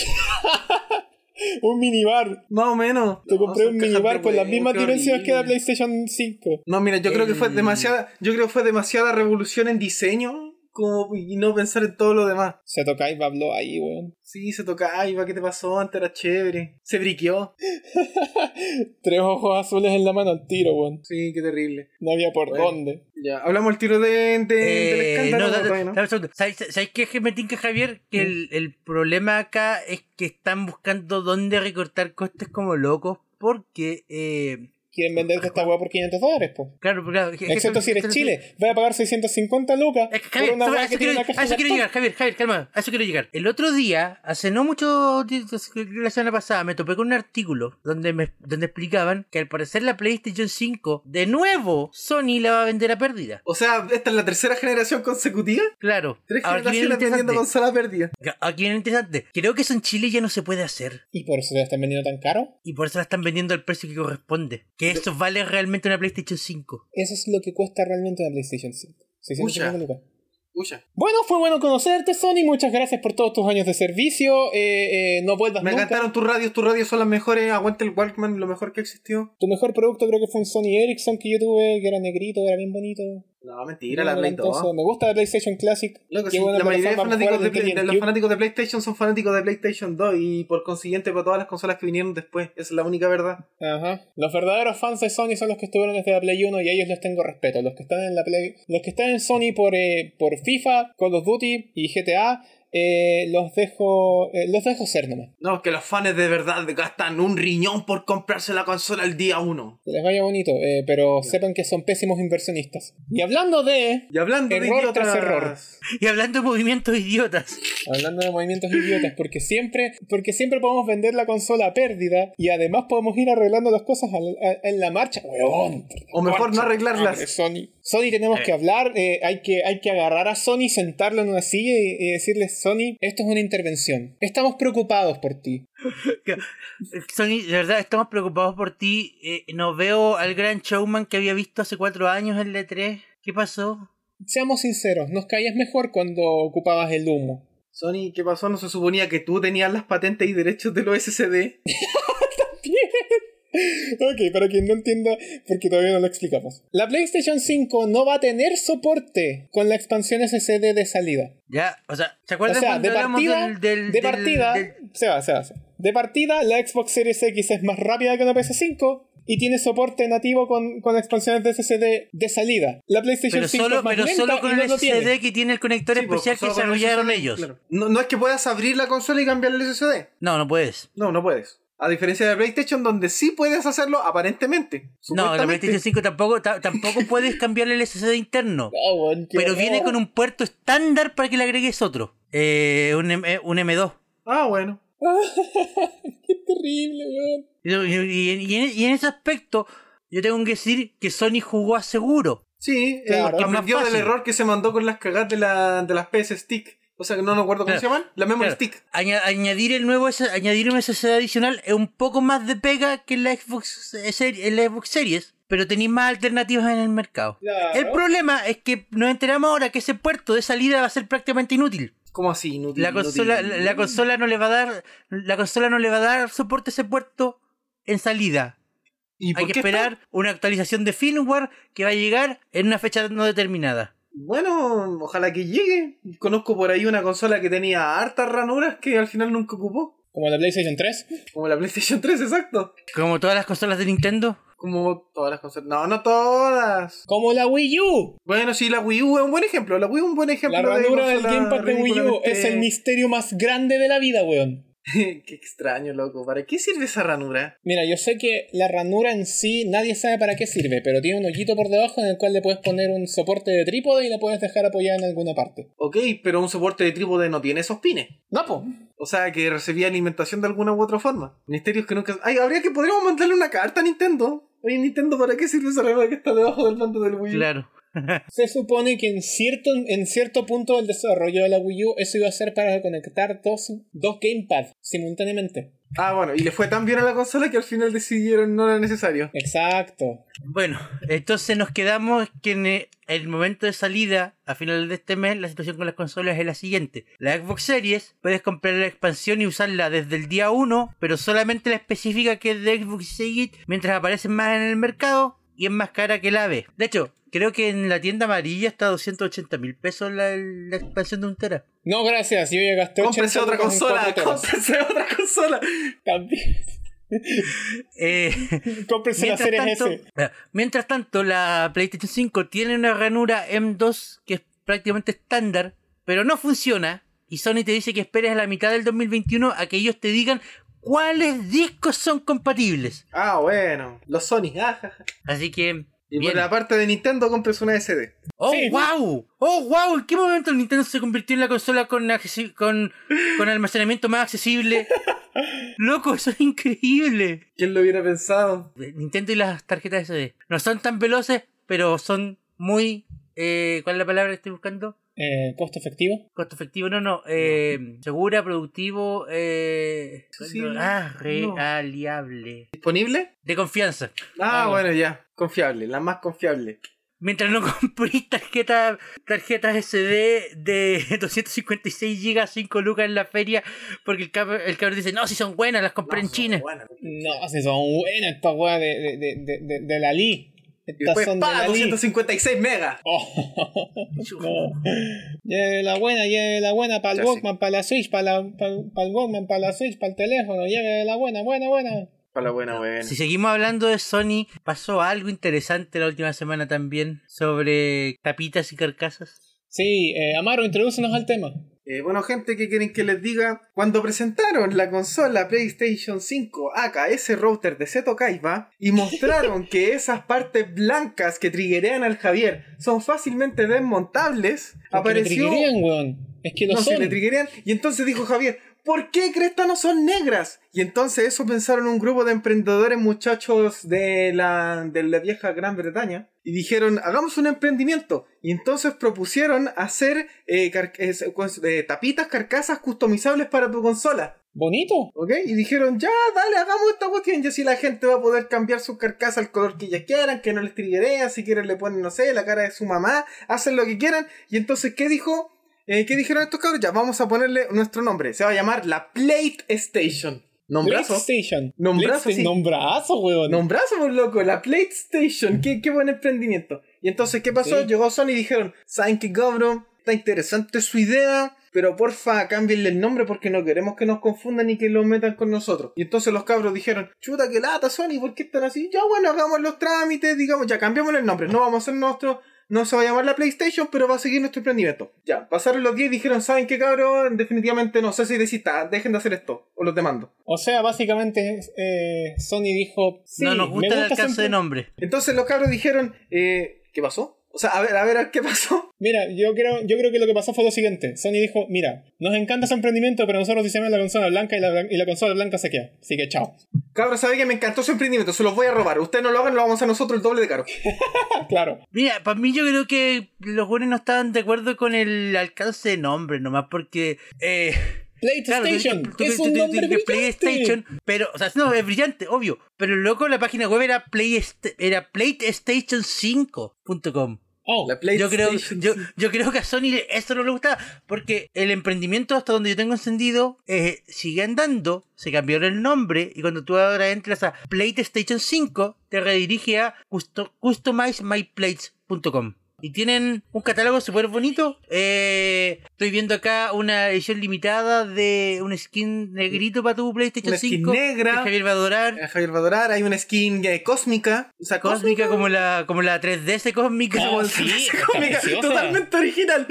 A: Un minibar.
C: Más o menos.
A: Te
C: No,
A: compré
C: son
A: un
C: cajas
A: minibar
C: de
A: con las
C: huevo,
A: mismas
C: qué
A: dimensiones que la
C: horrible.
A: PlayStation 5.
C: No, mira, yo creo que fue
B: El-
C: demasiada, yo creo que fue demasiada revolución en diseño como y no pensar en todo lo demás.
A: Se toca y habló ahí, weón.
C: Sí, se toca, ay, va, ¿qué te pasó? Antes era chévere. Se briqueó.
A: Tres ojos azules en la mano al tiro, weón.
C: Sí, qué terrible.
A: No había por
C: Bueno.
A: dónde.
C: Ya, hablamos el tiro de, de- del
B: Eh,
C: escándalo.
B: no, da-
C: todavía, ¿no?
B: dame un segundo. ¿Sabes sabes qué es que me tinca, Javier? Que
A: ¿Mm?
B: el, el problema acá es que están buscando dónde recortar costes como locos porque... eh,
A: Quieren venderte esta weá por 500 dólares, po.
B: Claro, porque- claro. que-
A: Excepto
B: que-
A: si eres
B: que-
A: Chile. Voy a pagar 650 lucas
B: Es que,
A: por
B: Javier,
A: una
B: a
A: weá
B: eso
A: que tiene
B: quiero,
A: una caja
B: a eso
A: de
B: quiero
A: cartón.
B: llegar, Javier, Javier, calma, a eso quiero llegar. El otro día, hace no mucho, di- la semana pasada, me topé con un artículo donde me donde explicaban que al parecer la PlayStation 5, de nuevo, Sony la va a vender a pérdida.
C: O sea, esta es la tercera generación consecutiva.
B: Claro.
C: Tres
B: Ahora, aquí viene lo
C: generaciones vendiendo
B: interesante.
C: consolas perdidas.
B: Aquí viene lo interesante. Creo que eso en Chile ya no se puede hacer.
A: ¿Y por eso te la están vendiendo tan caro?
B: Y por eso la están vendiendo al precio que corresponde. Que eso vale realmente una PlayStation 5.
A: Eso es lo que cuesta realmente una PlayStation 5. 650
C: Pucha.
A: lucas.
C: Pucha.
A: Bueno, fue bueno conocerte, Sony. Muchas gracias por todos tus años de servicio. Eh, eh, no vuelvas
C: Me
A: nunca.
C: encantaron tus radios, tus radios son las mejores. Aguanta el Walkman, lo mejor que existió.
A: Tu mejor producto creo que fue un Sony Ericsson que yo tuve, que era negrito, era bien bonito.
C: No, mentira, la
A: Bueno,
C: Play
A: entonces,
C: 2.
A: Me gusta la PlayStation Classic.
C: Loco,
A: Qué
C: sí,
A: bueno
C: la
A: que
C: mayoría de,
A: los fans van a
C: fanáticos de,
A: jugar desde
C: de los
A: GameCube.
C: fanáticos de PlayStation son fanáticos de PlayStation 2 y por consiguiente para todas las consolas que vinieron después. Esa es la única verdad.
A: Ajá. Los verdaderos fans de Sony son los que estuvieron desde la Play 1 y a ellos les tengo respeto. Los que están en la Play, los que están en Sony por, eh, por FIFA, Call of Duty y GTA, eh, los dejo eh, los dejo ser nomás.
C: No, que los fans de verdad gastan un riñón por comprarse la consola el día 1.
A: Que les vaya bonito, eh, pero sepan que son pésimos inversionistas. Y hablando de
C: Y hablando de
A: Error
C: idiotas,
A: tras error.
B: Y hablando de movimientos idiotas.
A: Hablando de movimientos idiotas, porque siempre, porque siempre podemos vender la consola a pérdida y además podemos ir arreglando las cosas al- a- en la marcha. Weón.
C: O mejor
A: Concha,
C: no arreglarlas.
A: madre, Sony. Sony tenemos
B: Eh.
A: que hablar, eh, hay, que, hay que agarrar a Sony, sentarlo en una silla y, y decirle, Sony, esto es una intervención. Estamos preocupados por ti.
B: Sony, de verdad, estamos preocupados por ti. Eh, no veo al gran showman que había visto hace cuatro años en la E3. ¿Qué pasó?
A: seamos sinceros, nos caías mejor cuando ocupabas el humo.
C: Sony, ¿qué pasó? No se suponía que tú tenías las patentes y derechos del OSCD.
A: Ok, para quien no entienda, porque todavía no lo explicamos. La PlayStation 5 no va a tener soporte con la expansión SSD de salida.
B: Ya, o sea,
A: O
B: ¿se acuerdan
A: sea,
B: cuando
A: de
B: hablamos
A: partida,
B: del, del-
A: de
B: del-
A: partida,
B: del-
A: se va, se va, se va. De partida, la Xbox Series X es más rápida que una PS5 y tiene soporte nativo con, con expansiones de SSD de salida. La PlayStation
B: pero
A: 5
B: solo,
A: es más
B: pero
A: lenta
B: solo con
A: y no
B: el
A: lo tiene.
B: SSD que tiene el conector
C: Sí, pues,
B: especial que
C: solo con el
B: desarrollaron
C: SSD,
B: ellos.
C: claro. No, no es que puedas abrir la consola y cambiar el SSD.
B: No, no puedes.
C: No, no puedes. A diferencia de PlayStation, donde sí puedes hacerlo aparentemente.
B: No, la
C: supuestamente.
B: PlayStation 5 tampoco, ta- tampoco puedes cambiar el SSD interno.
A: Ah, bueno, qué
B: Pero
A: horror.
B: viene con un puerto estándar para que le agregues otro. Eh, un, M- un M2.
C: Ah, bueno.
A: Qué terrible, weón.
B: Y, y- y en, y en ese aspecto, yo tengo que decir que Sony jugó a seguro.
C: Sí,
A: Claro.
C: eh, que
A: Es
B: más
C: aprendió del
B: fácil.
C: error que se mandó con las cagadas de, la, de las PS Stick. O sea, que no me acuerdo cómo
B: Claro.
C: se llaman. La Memory
B: Claro,
C: Stick.
B: aña- añadir el nuevo S- añadir un SSD adicional es un poco más de pega que en la Xbox, eh, seri- en la Xbox Series, pero tenéis más alternativas en el mercado.
A: Claro.
B: El problema es que nos enteramos ahora que ese puerto de salida va a ser prácticamente inútil.
C: ¿Cómo así? Inútil,
B: La
C: inútil,
B: consola, la,
C: inútil.
B: la consola no le va a dar, la consola no le va a dar soporte a ese puerto en salida.
C: ¿Y por
B: Hay que
C: qué está?
B: esperar una actualización de firmware que va a llegar en una fecha no determinada.
C: Bueno, ojalá que llegue. Conozco por ahí una consola que tenía hartas ranuras que al final nunca ocupó.
A: Como la PlayStation 3.
C: Como la PlayStation 3, exacto.
B: Como todas las consolas de Nintendo.
C: Como todas las consolas. No, no todas.
A: Como la Wii U.
C: Bueno, sí, la Wii U es un buen ejemplo. La Wii U es un buen ejemplo.
A: La ranura del
C: consola
A: gamepad de Wii U es el
C: ridículamente-
A: misterio más grande de la vida, weón.
C: Qué extraño, loco. ¿Para qué sirve esa ranura?
A: Mira, yo sé que la ranura en sí nadie sabe para qué sirve, pero tiene un hoyito por debajo en el cual le puedes poner un soporte de trípode y la puedes dejar apoyada en alguna parte.
C: Ok, pero un soporte de trípode no tiene esos pines.
A: No, po.
C: O sea, que recibía alimentación de alguna u otra forma. Misterios que nunca... Ay, habría que... Podríamos mandarle una carta a Nintendo. Oye, Nintendo, ¿para qué sirve esa regla que está debajo del mando del Wii U?
B: Claro.
A: Se supone que en cierto, en cierto punto del desarrollo de la Wii U eso iba a ser para conectar dos, dos gamepads simultáneamente.
C: Ah, bueno, y le fue tan bien a la consola que al final decidieron no era necesario.
A: Exacto.
B: Bueno, entonces nos quedamos que en eh, el momento de salida, a finales de este mes, la situación con las consolas es la siguiente. La Xbox Series, puedes comprar la expansión y usarla desde el día 1, pero solamente la específica que es de Xbox Series, mientras aparecen más en el mercado y es más cara que la B. De hecho, creo que en la tienda amarilla está a 280 mil pesos la, la expansión de un tera.
A: No, gracias, yo ya gasté
C: Cómprense
A: 80
C: otra
A: lucas en
C: consola,
A: cuatro teras.
C: cómprense otra consola.
A: También-
B: Eh,
A: Cómprense la serie
B: Mientras
A: S.
B: tanto, eh, mientras tanto, la PlayStation 5 tiene una ranura M2 que es prácticamente estándar, pero no funciona. Y Sony te dice que esperes a la mitad del 2021 a que ellos te digan cuáles discos son compatibles.
C: Ah, bueno, los Sony, ajaja.
B: Así que.
C: Y
B: bien.
C: por la parte de Nintendo, cómprense una SD.
B: ¡Oh,
A: Sí.
B: wow! ¡Oh, wow! ¿En qué momento el Nintendo se convirtió en la consola con, accesi- con, con almacenamiento más accesible? ¡Loco, eso es increíble!
C: ¿Quién lo hubiera pensado?
B: Nintendo y las tarjetas SD. No son tan veloces, pero son muy... eh, ¿Cuál es la palabra que estoy buscando?
A: Eh, costo efectivo.
B: Costo efectivo, no, no. eh, segura, productivo... Eh,
C: Sí,
B: no,
C: no,
B: ah,
C: no.
B: realiable.
C: ¿Disponible?
B: De confianza.
C: Ah,
A: Ah,
C: bueno, ya. Confiable, la más confiable.
B: Mientras no compréis tarjeta, tarjetas SD de 256 GB, 5 lucas en la feria, porque el cabrón, el cabrón dice, no, si son buenas, las compré
C: No,
B: en China.
C: bueno.
A: No, si son buenas estas weas de, de, de, de, de, de la Lee.
C: Y
A: Estas
C: después,
A: son de
C: pa,
A: la Lee.
C: 256 megas.
A: Oh, no. Lleve la buena, lleve la buena para
C: Ya
A: el
C: sí.
A: Walkman, para la Switch, para el Walkman, para la Switch, para el teléfono. Lleve la buena, buena, buena.
C: Para la buena, buena.
B: Si seguimos hablando de Sony, pasó algo interesante la última semana también sobre tapitas y carcasas.
A: Sí, eh, Amaro, introdúcenos al tema.
C: Eh, bueno, gente, ¿qué quieren que les diga? Cuando presentaron la consola PlayStation 5 acá, ese router de Seto Kaiba, y mostraron que esas partes blancas que triggerean al Javier son fácilmente desmontables,
A: Apareció...
C: apareció...
A: Le triggerían, weón. Es que lo
C: No se
A: son.
C: le triggerean. Y entonces dijo Javier, ¿por qué cresta no son negras? Y entonces eso pensaron un grupo de emprendedores muchachos de la, de la vieja Gran Bretaña. Y dijeron, hagamos un emprendimiento. Y entonces propusieron hacer eh, car- eh, se- cons- eh, tapitas, carcasas customizables para tu consola.
A: Bonito.
C: ¿Ok? Y dijeron, ya, dale, hagamos esta cuestión. Y así la gente va a poder cambiar su carcasa al color que ellas quieran, que no les triguerea, si quieren le ponen, no sé, la cara de su mamá, hacen lo que quieran. Y entonces, ¿qué dijo? Eh, ¿Qué dijeron estos cabros? Ya, vamos a ponerle nuestro nombre. Se va a llamar la Plate Station. Nombrazo.
A: PlayStation.
C: Nombrazo,
A: Play-
C: sí.
A: Nombrazo, weón.
C: Nombrazo, por loco, la PlayStation. Qué, qué buen emprendimiento. Y entonces, ¿qué pasó?
A: Sí.
C: Llegó Sony y dijeron, ¿saben qué, cabrón? Está interesante su idea, pero porfa, cámbienle el nombre porque no queremos que nos confundan y que lo metan con nosotros. Y entonces los cabros dijeron, chuta, qué lata, Sony, ¿por qué están así? Ya, bueno, hagamos los trámites, digamos, ya, cambiamos el nombre. No vamos a ser nuestro... No se va a llamar la PlayStation, pero va a seguir nuestro emprendimiento. Ya, pasaron los días y dijeron, ¿saben qué, cabrón? Definitivamente no sé si desista, dejen de hacer esto, o los demando.
A: O sea, básicamente eh, Sony dijo... "Sí,
B: no nos
A: me
B: gusta el alcance
A: siempre-
B: de nombre.
C: Entonces los cabros dijeron, eh, ¿qué pasó? O sea, a ver, a ver, ¿qué pasó?
A: Mira, yo creo, yo creo que lo que pasó fue lo siguiente. Sony dijo, mira, nos encanta su emprendimiento, pero nosotros diseñamos la consola blanca y la, y la consola blanca se queda. Así que chao.
C: Cabros, sabe que me encantó su emprendimiento, se los voy a robar. Ustedes no lo hagan, lo vamos a hacer nosotros el doble de caro.
A: Ah, claro.
B: Mira, para mí yo creo que los buenos no estaban de acuerdo con el alcance de nombre, nomás porque... Eh, claro, tú
A: PlayStation.
B: dices- tú
A: es
B: dices-
A: un
B: tú
A: nombre
B: dices que
A: brillante.
B: PlayStation, pero, o sea, no, es brillante, obvio. Pero loco, la página web era, Playst- era PlayStation5.com.
A: Oh,
C: La PlayStation.
B: Yo creo, yo, yo creo que a Sony le- eso no le gustaba, porque el emprendimiento, hasta donde yo tengo entendido, eh, sigue andando, se cambió el nombre, y cuando tú ahora entras a PlayStation 5, te redirige a custo- customizemyplates.com. Y tienen un catálogo súper bonito. Eh, estoy viendo acá una edición limitada de un skin negrito para tu PlayStation
C: Una skin
B: 5.
C: negra.
B: que Javier va a adorar.
C: Eh, Javier Badorar, hay una skin eh, cósmica. O sea,
B: Cósmica como la, como la 3DS cósmica.
A: Ah,
B: como-
A: sí, está
C: cósmica,
A: preciosa.
C: totalmente original.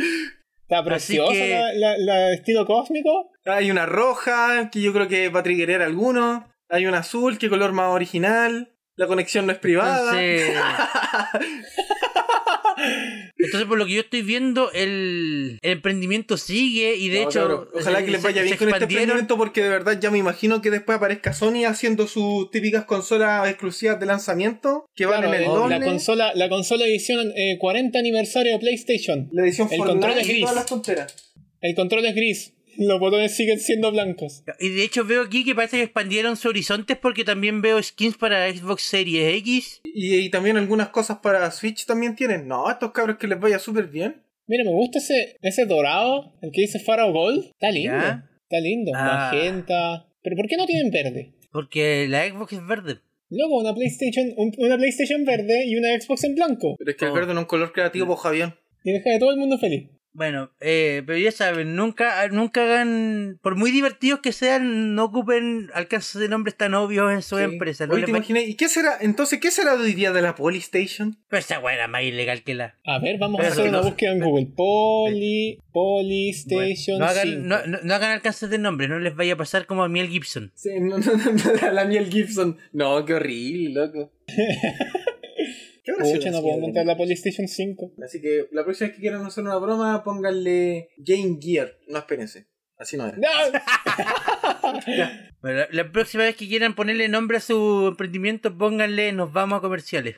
A: Está preciosa
B: que-
A: la, la- la estilo cósmico.
C: Hay una roja, que yo creo que va a triggerar alguno. Hay una azul, qué color más original. La conexión no es privada.
B: Entonces, Entonces, por lo que yo estoy viendo, el, el emprendimiento sigue y de
C: No,
B: hecho.
C: cabrón, ojalá que les
B: se-
C: vaya bien
B: se
C: con este
B: expandieron.
C: emprendimiento porque de verdad ya me imagino que después aparezca Sony haciendo sus típicas consolas exclusivas de lanzamiento que
A: Claro,
C: valen
A: eh,
C: el doble.
A: la, consola, la consola edición eh, 40 aniversario de PlayStation.
C: la edición
A: el
C: Fortnite
A: control es
C: y
A: gris.
C: todas las tonteras.
A: El control es gris. Los botones siguen siendo blancos.
B: Y de hecho veo aquí que parece que expandieron sus horizontes porque también veo skins para Xbox Series X.
C: Y, y también algunas cosas para Switch también tienen. No, estos cabros que les vaya súper bien.
A: Mira, me gusta ese, ese dorado, el que dice Faro Gold. Está lindo.
B: Ya.
A: Está lindo.
B: Ah.
A: Magenta. Pero ¿por qué no tienen verde?
B: Porque la Xbox es verde.
A: Luego una PlayStation, un- una PlayStation verde y una Xbox en blanco.
C: Pero es que el
B: Oh.
C: verde no es un color creativo, por Javier.
A: Y deja de todo el mundo feliz.
B: Bueno, eh, pero ya saben, nunca, nunca hagan. Por muy divertidos que sean, no ocupen alcances de nombres tan obvios en su
A: Sí.
B: empresa. No
C: Oye,
B: les
C: te
B: va-
C: imaginé, ¿y qué será? Entonces, ¿qué será de hoy día de la Polystation?
B: Pero esa weá era más ilegal que la.
A: A ver, vamos
B: Pero
A: a hacer
B: que
A: una
B: no-
A: búsqueda en Google. Poli, Polystation
B: no,
A: 5.
B: hagan, no, no- no hagan alcances de nombre, no les vaya a pasar como a Miel Gibson.
C: Sí, no, no, no, la, la miel Gibson. No, qué horrible, loco. ¿Qué habrá sido
A: Pucha,
C: la
A: no puedo
C: señora?
A: montar la Polystation 5.
C: Así que la próxima vez que quieran hacer una broma, pónganle Game Gear. No espérense. Así no era.
A: ¡No!
B: Bueno, la, la próxima vez que quieran ponerle nombre a su emprendimiento, pónganle nos vamos a comerciales.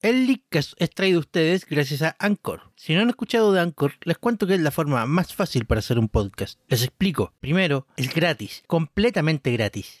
B: El Leadcast es traído a ustedes gracias a Anchor. Si no han escuchado de Anchor, les cuento que es la forma más fácil para hacer un podcast. Les explico. Primero, es gratis, completamente gratis.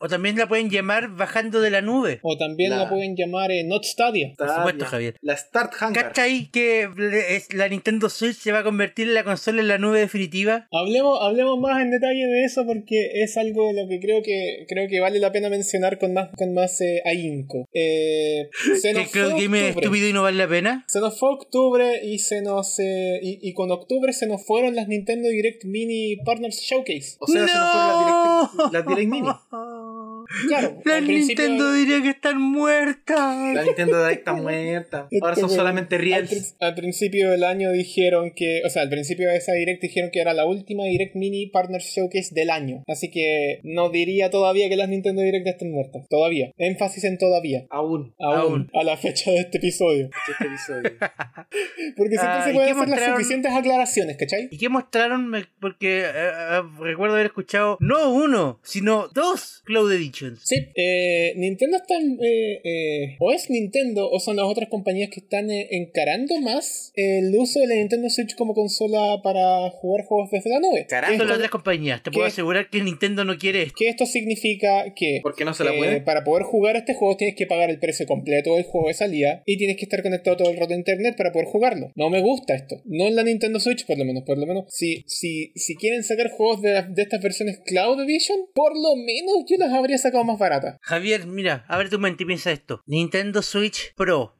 B: O también la pueden llamar bajando de la nube.
A: O también la
C: Nah.
A: pueden llamar eh, Not Stadia.
B: Por supuesto,
C: Stadia.
B: Javier.
C: La Start Hangar.
B: ¿Cachai que le- es- la Nintendo Switch se va a convertir en la consola en la nube definitiva?
A: Hablemos, hablemos más en detalle de eso porque es algo de lo que creo que creo que vale la pena mencionar con más con más eh, ahínco. Eh, se
B: Que
A: nos
B: creo
A: fue
B: que me
A: octubre.
B: estúpido y no vale la pena.
A: Se nos fue octubre y se nos eh, y, y con octubre se nos fueron las Nintendo Direct Mini Partners Showcase.
C: O sea, se nos fueron las Direct, las Direct Mini.
A: Claro,
B: La
A: al principio-
B: Nintendo diría que están muertas.
C: La Nintendo Direct está muerta. Ahora son
A: Como-
C: solamente
A: Al,
C: reels.
A: prin- al principio del año dijeron que, o sea, al principio de esa direct dijeron que era la última direct mini partner showcase del año. Así que no diría todavía que las Nintendo Direct estén muertas. Todavía. Énfasis en todavía.
C: Aún.
A: Aún,
B: Aún.
A: a la fecha de este episodio.
C: Este episodio.
A: Porque siempre
B: Ah,
A: se
B: ¿y
A: pueden
B: qué
A: hacer las
B: mostraron?
A: suficientes aclaraciones, ¿cachai?
B: ¿Y qué mostraron? Me- Porque eh, eh, recuerdo haber escuchado no uno, sino dos Cloud Editions.
A: Sí, eh, Nintendo está. en- eh, eh, o es Nintendo o son las otras compañías que están eh, encarando más el uso de la Nintendo Switch como consola para jugar juegos desde la nube.
C: Caramba.
B: Son
A: Esto-
B: las tres compañías. Te
A: ¿Qué?
B: puedo asegurar que Nintendo no quiere esto.
A: que esto significa que
C: ¿Por qué no se la
A: eh,
C: puede?
A: para poder jugar este juego tienes que pagar el precio completo del juego de salida y tienes que estar conectado todo el rato a internet para poder jugarlo. No me gusta esto. No en la Nintendo Switch, por lo menos, por lo menos. Si, si, si quieren sacar juegos de, de estas versiones Cloud Edition, por lo menos yo las habría sacado más baratas.
B: Javier, mira, abre tu mente y piensa esto. Nintendo Switch Pro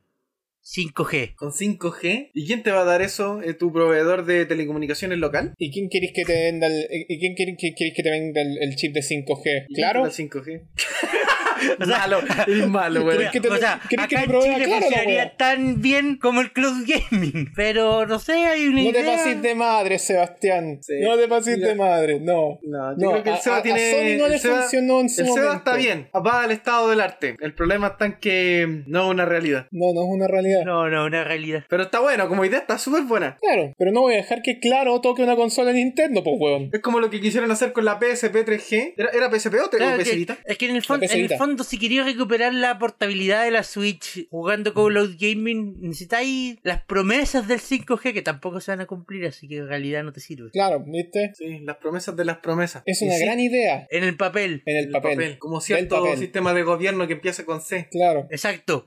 B: 5G.
C: Con 5G. ¿Y quién te va a dar eso? Eh, ¿Tu proveedor de telecomunicaciones local?
A: ¿Y quién querés que te venda el, eh, y quién querés, que- querés que te venda el, el chip de 5G?
C: ¿Y quién
A: Claro.
C: te da el 5G. malo. Es malo, güey.
A: ¿Crees que te-
B: o sea,
A: crees que
B: acá
A: te
B: en
A: provea?
B: Chile
A: Claro, la wea.
B: funcionaría tan bien como el Cloud Gaming. Pero no sé, hay una
A: No te
B: idea.
A: pases de madre, Sebastián.
C: Sí.
A: No te pases
C: Mira.
A: de madre, no.
C: No, yo
A: No,
C: creo que el
A: a-
C: Seba
A: a- a
C: tiene.
A: Sony no
C: el
A: le
C: Seba-
A: funcionó en
C: El
A: su
C: Seba está
A: momento.
C: bien. Va al estado del arte. El problema está en que no es una realidad.
A: No, no es una realidad.
B: No, no, una realidad.
C: Pero está bueno, como idea está súper buena.
A: Claro, pero no voy a dejar que Claro toque una consola de Nintendo, pues weón.
C: Es como lo que quisieron hacer con la PSP 3G. ¿Era, era PSP o,
B: Claro
C: o
B: que-
C: PS Vita?
B: es que en el,
A: La
B: fondo, en
A: pesadita.
B: el fondo, si quería recuperar la portabilidad de la Switch jugando
A: Mm.
B: con Cloud Gaming, necesitáis las promesas del 5G que tampoco se van a cumplir, así que en realidad no te sirve.
A: Claro, ¿viste?
C: Sí, las promesas de las promesas.
A: Es una
B: Y sí.
A: gran idea
B: En el papel.
A: en el,
C: El
A: papel.
C: Como
A: Del
C: cierto
A: papel.
C: sistema de gobierno que empieza con C.
A: Claro,
B: Exacto.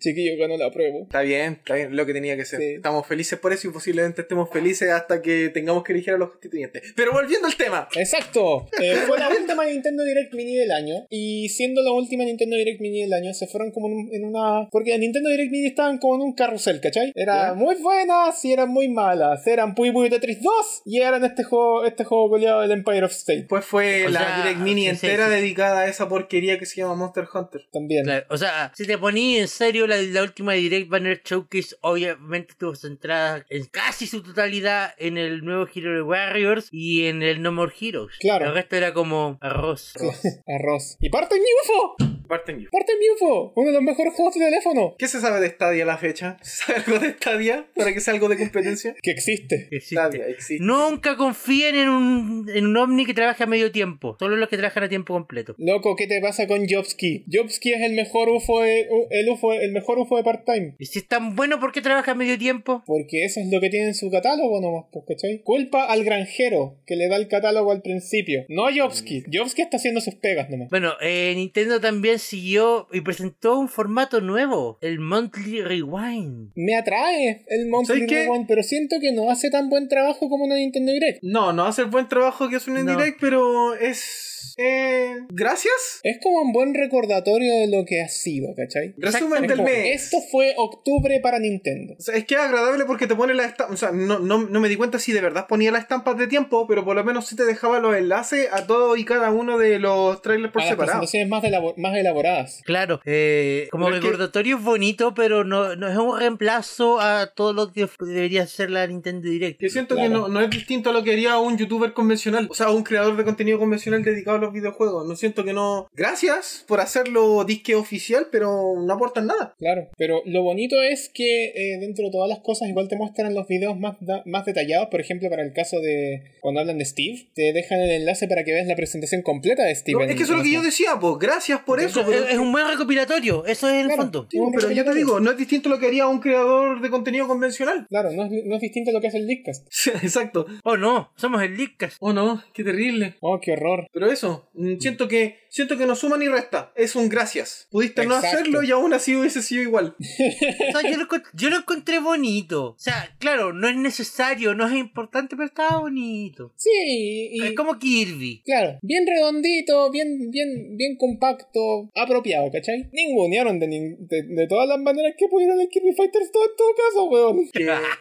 A: chiquillo, que no la apruebo.
C: Está bien, está bien, lo que tenía que ser.
A: Sí.
C: Estamos felices por eso y posiblemente estemos felices hasta que tengamos que elegir a los constituyentes. Pero volviendo al tema.
A: Exacto. Eh, fue la última Nintendo Direct Mini del año. Y siendo la última Nintendo Direct Mini del año, se fueron como en, un- en una. Porque la Nintendo Direct Mini estaban como en un carrusel, ¿cachai?
C: Ya.
A: Eran muy buenas y eran muy malas. Eran Puy Puy Tetris 2 y eran este juego, este juego goleado del Empire of State.
C: Después fue
B: O
C: la
B: sea,
C: Direct Mini
B: sí,
C: entera
B: sí, sí.
C: dedicada a esa porquería que se llama Monster Hunter.
A: También.
B: Claro, O sea, si te poní en serio la, la última Direct Banner Showcase, obviamente estuvo centrada en casi su totalidad en el nuevo Hero de Warriors y en el No More Heroes.
A: Claro.
B: El resto era como arroz.
A: Arroz. ¡Y parte mi UFO!
C: Parte mío.
A: ¡Parte mi UFO! Uno de los mejores juegos de teléfono.
C: ¿Qué se sabe de Stadia a la fecha? ¿Se sabe algo de Stadia? ¿Para que sea algo de competencia?
A: Que existe.
B: Existe.
C: Stadia existe.
B: Nunca confíen en un, en un ovni que trabaja a medio tiempo. Solo los que trabajan a tiempo completo.
A: Loco, ¿qué te pasa con Jobski? Jobski es el mejor UFO de, u- el UFO, el mejor UFO de part-time.
B: Y si es tan bueno, ¿por qué trabaja a medio tiempo?
A: Porque eso es lo que tiene en su catálogo nomás, pues, ¿cachai? Culpa al granjero que le da el catálogo al principio. No a
C: Mm.
A: Jobski. Jobski está haciendo sus pegas nomás.
B: Bueno, eh, Nintendo también siguió y presentó un formato nuevo, el Monthly Rewind.
A: Me atrae el Monster
C: ¿Sabes qué?
A: Rewind, pero siento que no hace tan buen trabajo como una Nintendo Direct.
C: No, no hace el buen trabajo que hace un
B: No.
C: Indirect, pero es. Eh, gracias.
A: Es como un buen recordatorio de lo que ha sido, ¿cachai?
C: Resumen del
A: Como,
C: mes.
A: Esto fue octubre para Nintendo.
C: O sea, es que es agradable porque te pone la estampa. O sea, no, no, no me di cuenta si de verdad ponía las estampas de tiempo, pero por lo menos sí te dejaba los enlaces a todo y cada uno de los trailers por
A: a las
C: separado.
A: presentaciones más, elabo- más elaboradas.
B: Claro, eh, como
C: Pero es que-
B: recordatorio es bonito, pero no, no es un reemplazo a todo lo que debería ser la Nintendo Direct.
C: Que siento que
A: Claro.
C: no, no es distinto a lo que haría un youtuber convencional, o sea, un creador de contenido convencional dedicado a los videojuegos. No siento que no. Gracias por hacerlo disque oficial, pero no aportan nada.
A: Claro, pero lo bonito es que eh, dentro de todas las cosas igual te muestran los videos más, da- más detallados, por ejemplo, para el caso de cuando hablan de Steve, te dejan el enlace para que veas la presentación completa de Steve.
C: No,
A: en-
C: es que eso es lo que yo decía, pues. Gracias por
B: Es,
C: eso. pero-
B: es un buen recopilatorio, eso es el
A: Claro.
B: fondo.
C: Sí, Oh, pero yo te digo, no es distinto a lo que haría un creador de contenido convencional.
A: Claro, no es, no es distinto a lo que hace el Discast.
C: Exacto.
B: Oh no, somos el Leadcast.
C: Oh no, qué terrible.
A: Oh, qué horror.
C: Pero eso, mm, siento que siento que no suma ni resta. Es un gracias. Pudiste no
A: Exacto.
C: hacerlo y aún así hubiese sido igual.
B: O sea, yo lo, encont- yo lo encontré bonito. O sea, claro, no es necesario, no es importante, pero estaba bonito.
A: Sí, y,
B: Es como Kirby.
A: claro, bien redondito, bien, bien, bien compacto, apropiado, ¿cachai? Ningunearon de, nin- de, de todas las maneras que pudieron el Kirby Fighters 2 en todo caso, weón.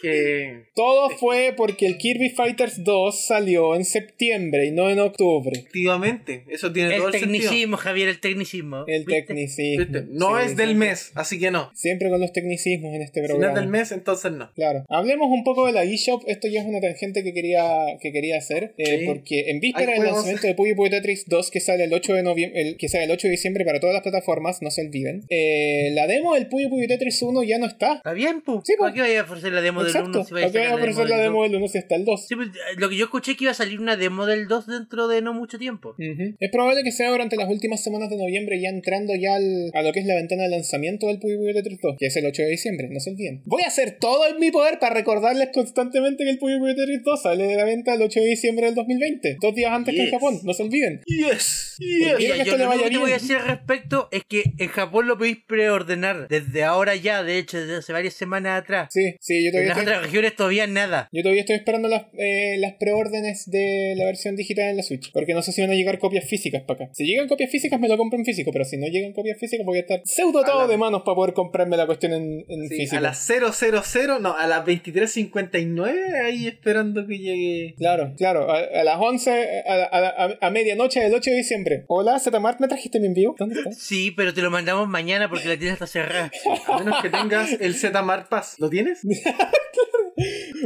C: Que, que
A: Todo fue porque el Kirby Fighters 2 salió en septiembre y no en octubre.
C: efectivamente, eso tiene todo
B: El
C: el sentido.
B: tecnicismo, Javier, el tecnicismo.
A: El
B: ¿Viste?
A: tecnicismo.
C: ¿Viste? No
A: Sí,
C: es del
A: sí.
C: mes, así que no.
A: Siempre con los tecnicismos en este
C: Si no
A: programa.
C: es del mes, entonces no.
A: Claro. Hablemos un poco de la eShop. Esto ya es una tangente que quería, que quería hacer. eh,
C: Sí.
A: Porque en víspera
C: Hay
A: del
C: juegos.
A: lanzamiento de Puyo Puyo Tetris 2, que sale el 8 de noviembre, el- que sale el 8 de diciembre para todas las plataformas, no se olviden. eh, la demo del Puyo Puyo Tetris 1 ya no está.
B: Está bien, pues.
A: Sí, po.
B: ¿Para qué vaya a forzar la demo del
A: Exacto.
B: 1 si vaya a
A: Ok,
B: sacar
A: vamos a hacer la
B: del
A: demo
B: dos?
A: del 1 si está el 2.
B: Sí, pues, eh, lo que yo escuché que iba a salir una demo del 2 dentro de no mucho tiempo.
A: Ujú. Es probable que sea durante las últimas semanas de noviembre, ya entrando ya al- a lo que es la ventana de lanzamiento del Puyo Puyo Tetris 2, que es el 8 de diciembre, no se olviden. Voy a hacer todo en mi poder para recordarles constantemente que el Puyo Puyo Tetris 2 sale de la venta el 8 de diciembre del 2020, dos días antes que en
C: Yes.
A: Japón, no se olviden.
C: Yes,
A: Quiero
B: Mira,
A: que
B: yo
A: esto le
B: lo único
A: vaya
B: que te voy a
A: bien.
B: decir al respecto es que en Japón lo podéis preordenar desde ahora ya, de hecho, desde hace varias semanas atrás.
A: Sí, sí, yo
B: en
A: todavía
B: las
A: estoy,
B: otras regiones todavía nada.
A: yo todavía estoy esperando las, eh, las preórdenes de la versión digital en la Switch, porque no sé si van a llegar copias físicas para acá. Si llegan copias físicas me lo compro en físico, pero si no llegan copias físicas voy a estar pseudo atado
C: A la-
A: de manos para poder comprarme la cuestión en, en
C: Sí,
A: físico.
C: a las 000, no, a las 23.59 ahí esperando que llegue.
A: Claro, claro, a, a las 11, a, a- a- a medianoche del 8 de diciembre. Hola, Zetamart, ¿me trajiste mi envío? ¿Dónde estás?
B: Sí, pero te lo mandamos mañana porque la tienda está cerrada.
C: A menos que tengas el Z-Mart Pass. ¿Lo tienes?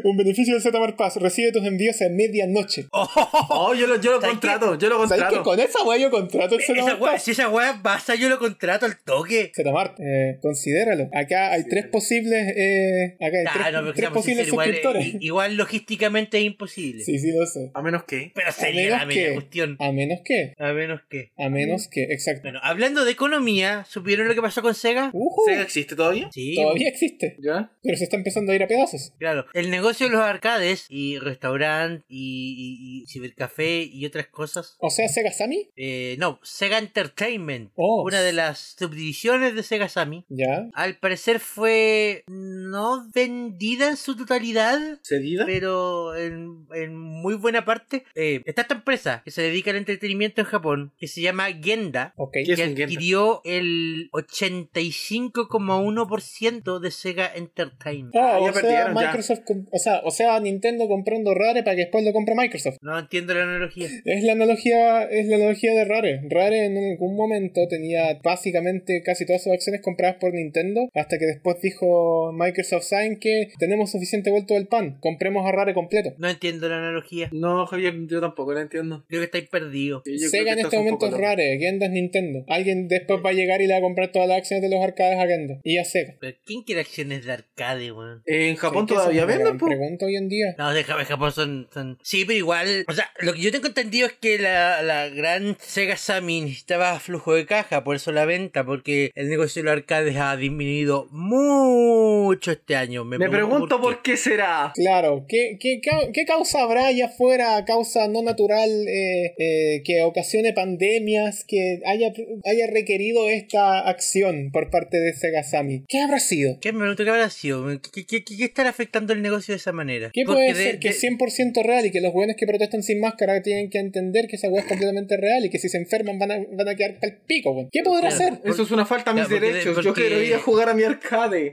A: Un beneficio del Zetamart Pass, recibe tus envíos a medianoche.
C: Oh, yo lo, yo lo
B: ¿Sabes
C: contrato, yo lo
A: ¿Sabes que
C: contrato.
A: con esa wea yo contrato el
B: Esa
A: Zetamart
B: wea-
A: Pass?
B: si esa weá pasa, yo lo contrato al toque.
A: Zetamart, eh, considéralo. Acá hay tres posibles, eh, acá hay
B: Nah,
A: tres,
B: Ah, no, pero
A: tres
B: seamos
A: posibles
B: sinceros, igual,
A: suscriptores.
B: i- igual logísticamente es imposible.
A: Sí, sí, lo sé.
C: A menos que.
B: Pero sería
A: menos
B: la media
A: que-
B: cuestión.
A: A menos que,
B: A menos que.
A: a menos que, exacto.
B: Mm. Bueno, hablando de economía, ¿supieron lo que pasó con Sega?
A: Ujú,
C: ¿Sega existe todavía?
B: Sí,
A: Uh, todavía existe,
C: ¿Ya?
A: pero se está empezando a ir a pedazos.
B: Claro, el negocio de los arcades y restaurante y, y- y cibercafé y otras cosas.
A: O sea, Sega Sammy,
B: Eh, no, Sega Entertainment,
A: Oh.
B: una de las subdivisiones de Sega Sammy,
A: ya.
B: al parecer fue no vendida en su totalidad,
C: ¿Cedida?
B: pero en, en muy buena parte. Eh, está esta empresa que se dedica al entretenimiento en Japón, que se llama Genda,
A: Ok.
C: ¿Qué es
B: que
C: un Genda?
B: adquirió el 85,1% de Sega Entertainment.
A: Ah,
C: Ah,
A: o
C: ya
A: sea,
C: perdieron, ya.
A: Microsoft, com- o sea, o sea, Nintendo comprando Rare para que después lo compre Microsoft.
B: No entiendo la analogía.
A: Es la analogía, es la analogía de Rare. Rare en algún momento tenía básicamente casi todas sus acciones compradas por Nintendo, hasta que después dijo Microsoft, saben que tenemos suficiente vuelto del pan, compremos a Rare completo.
B: No entiendo la analogía.
C: No, Javier, yo tampoco la entiendo.
B: Creo que estáis perdido.
C: Sí, yo
A: Sega
C: creo
A: en
C: que
A: este
C: estás un
A: momento
C: poco
A: es
C: loco.
A: Rare, Genda es Nintendo. Alguien después va a llegar y le va a comprar todas las acciones de los arcades a Genda y a Sega.
B: ¿Pero quién quiere acciones de arcade, weón?
C: ¿En Japón
A: Sí, que
C: todavía
A: esa es una
C: venden,
A: gran
C: po?
A: Pregunta hoy en día.
B: No, de Japón, Japón son, son- Sí, pero igual... O sea, lo que yo tengo entendido es que la, la gran Sega Sammy necesitaba flujo de caja, por eso la venta, porque el negocio de los arcades ha disminuido mucho este año.
C: Me pregunto por qué será.
A: Claro, ¿qué, qué, ca- qué causa habrá allá afuera, causa no natural, eh, eh, que ocasione pandemias, que haya, haya requerido esta acción por parte de Sega Sammy? ¿Qué habrá sido?
B: ¿Qué me pregunto qué habrá sido? ¿Qué, qué, qué- qué estará afectando el negocio de esa manera?
A: ¿Qué
B: Porque
A: puede
B: de-
A: ser que
B: de-
A: es 100% real y que los jóvenes que protestan sin máscara tienen que entender que esa weá es completamente real y que si se enferman van a, van a quedar pal pico, weón? ¿Qué podrá
B: Claro.
A: ser?
C: Eso es una falta a
B: Ya,
C: mis
B: porque-
C: derechos. Yo
B: porque-
C: quiero ir a jugar a mi arcade.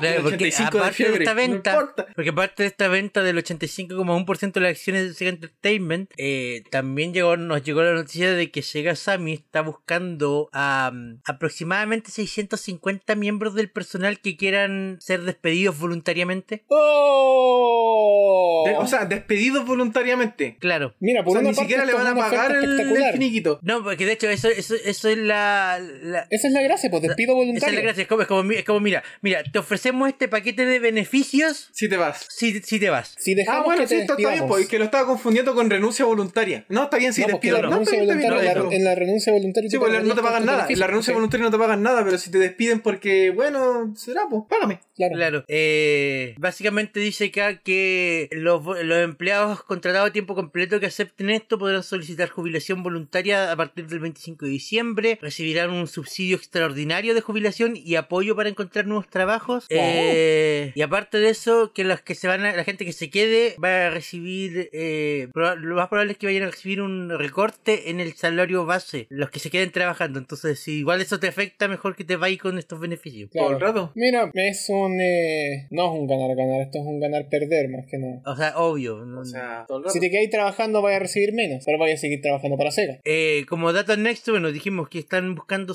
B: Claro,
C: tiene
B: porque
C: 85 de
B: aparte de,
C: fiebre.
B: esta
C: No
B: venta,
C: importa.
B: porque aparte de esta venta del 85,1% de las acciones de Sega Entertainment, eh, también llegó, nos llegó la noticia de que Sega Sammy está buscando a mm, aproximadamente 650 miembros del personal que quieran ser despedidos voluntariamente.
A: ¡Oh!
C: De- o sea, despedidos voluntariamente.
B: Claro.
A: Mira,
C: O
A: por
C: sea,
A: una
C: ni
A: parte
C: siquiera le
A: esto es
C: van a
A: una oferta
C: pagar el, el
A: espectacular.
C: finiquito.
B: No, porque de hecho eso, eso, eso es la... la-
A: Esa es la gracia, pues despido
B: esa es
A: voluntario.
B: la gracia, es como, es como, mi- es como, mira, mira, te ofrecemos este paquete de beneficios
C: Si te vas.
B: si, si te vas.
A: Si
C: Ah,
A: dejamos
C: bueno,
A: que
C: sí,
A: te
C: está, está bien,
A: despidamos-
C: porque que lo estaba confundiendo con renuncia voluntaria. No, está bien, si
A: No, porque
C: despido.
A: la
C: No,
A: renuncia
C: está bien, está bien,
A: voluntaria,
C: no,
A: la- en la renuncia voluntaria
C: Sí, pues la- no te pagan
A: tu
C: nada. En
A: beneficio,
C: la renuncia
A: ¿cachai?
C: voluntaria no te pagan nada, pero si te despiden porque, bueno, será, pues, págame.
A: Claro.
B: Claro, eh, va a básicamente dice acá que los, los empleados contratados a tiempo completo que acepten esto podrán solicitar jubilación voluntaria a partir del 25 de diciembre, recibirán un subsidio extraordinario de jubilación y apoyo para encontrar nuevos trabajos. Eh, y aparte de eso, que los que se van a- la gente que se quede va a recibir, eh, proba- lo más probable es que vayan a recibir un recorte en el salario base, los que se queden trabajando. Entonces, si igual eso te afecta, mejor que te vayas con estos beneficios.
A: Claro.
C: Todo el rato.
A: Mira, es un... eh, no es un ganar-ganar, esto es un ganar-perder más que nada.
B: O sea, obvio. no-
C: O sea, Mm, todo el rato.
A: Si te quedáis trabajando vas a recibir menos, pero vas a seguir trabajando para Sega.
B: Eh, como dato next, bueno, dijimos que están buscando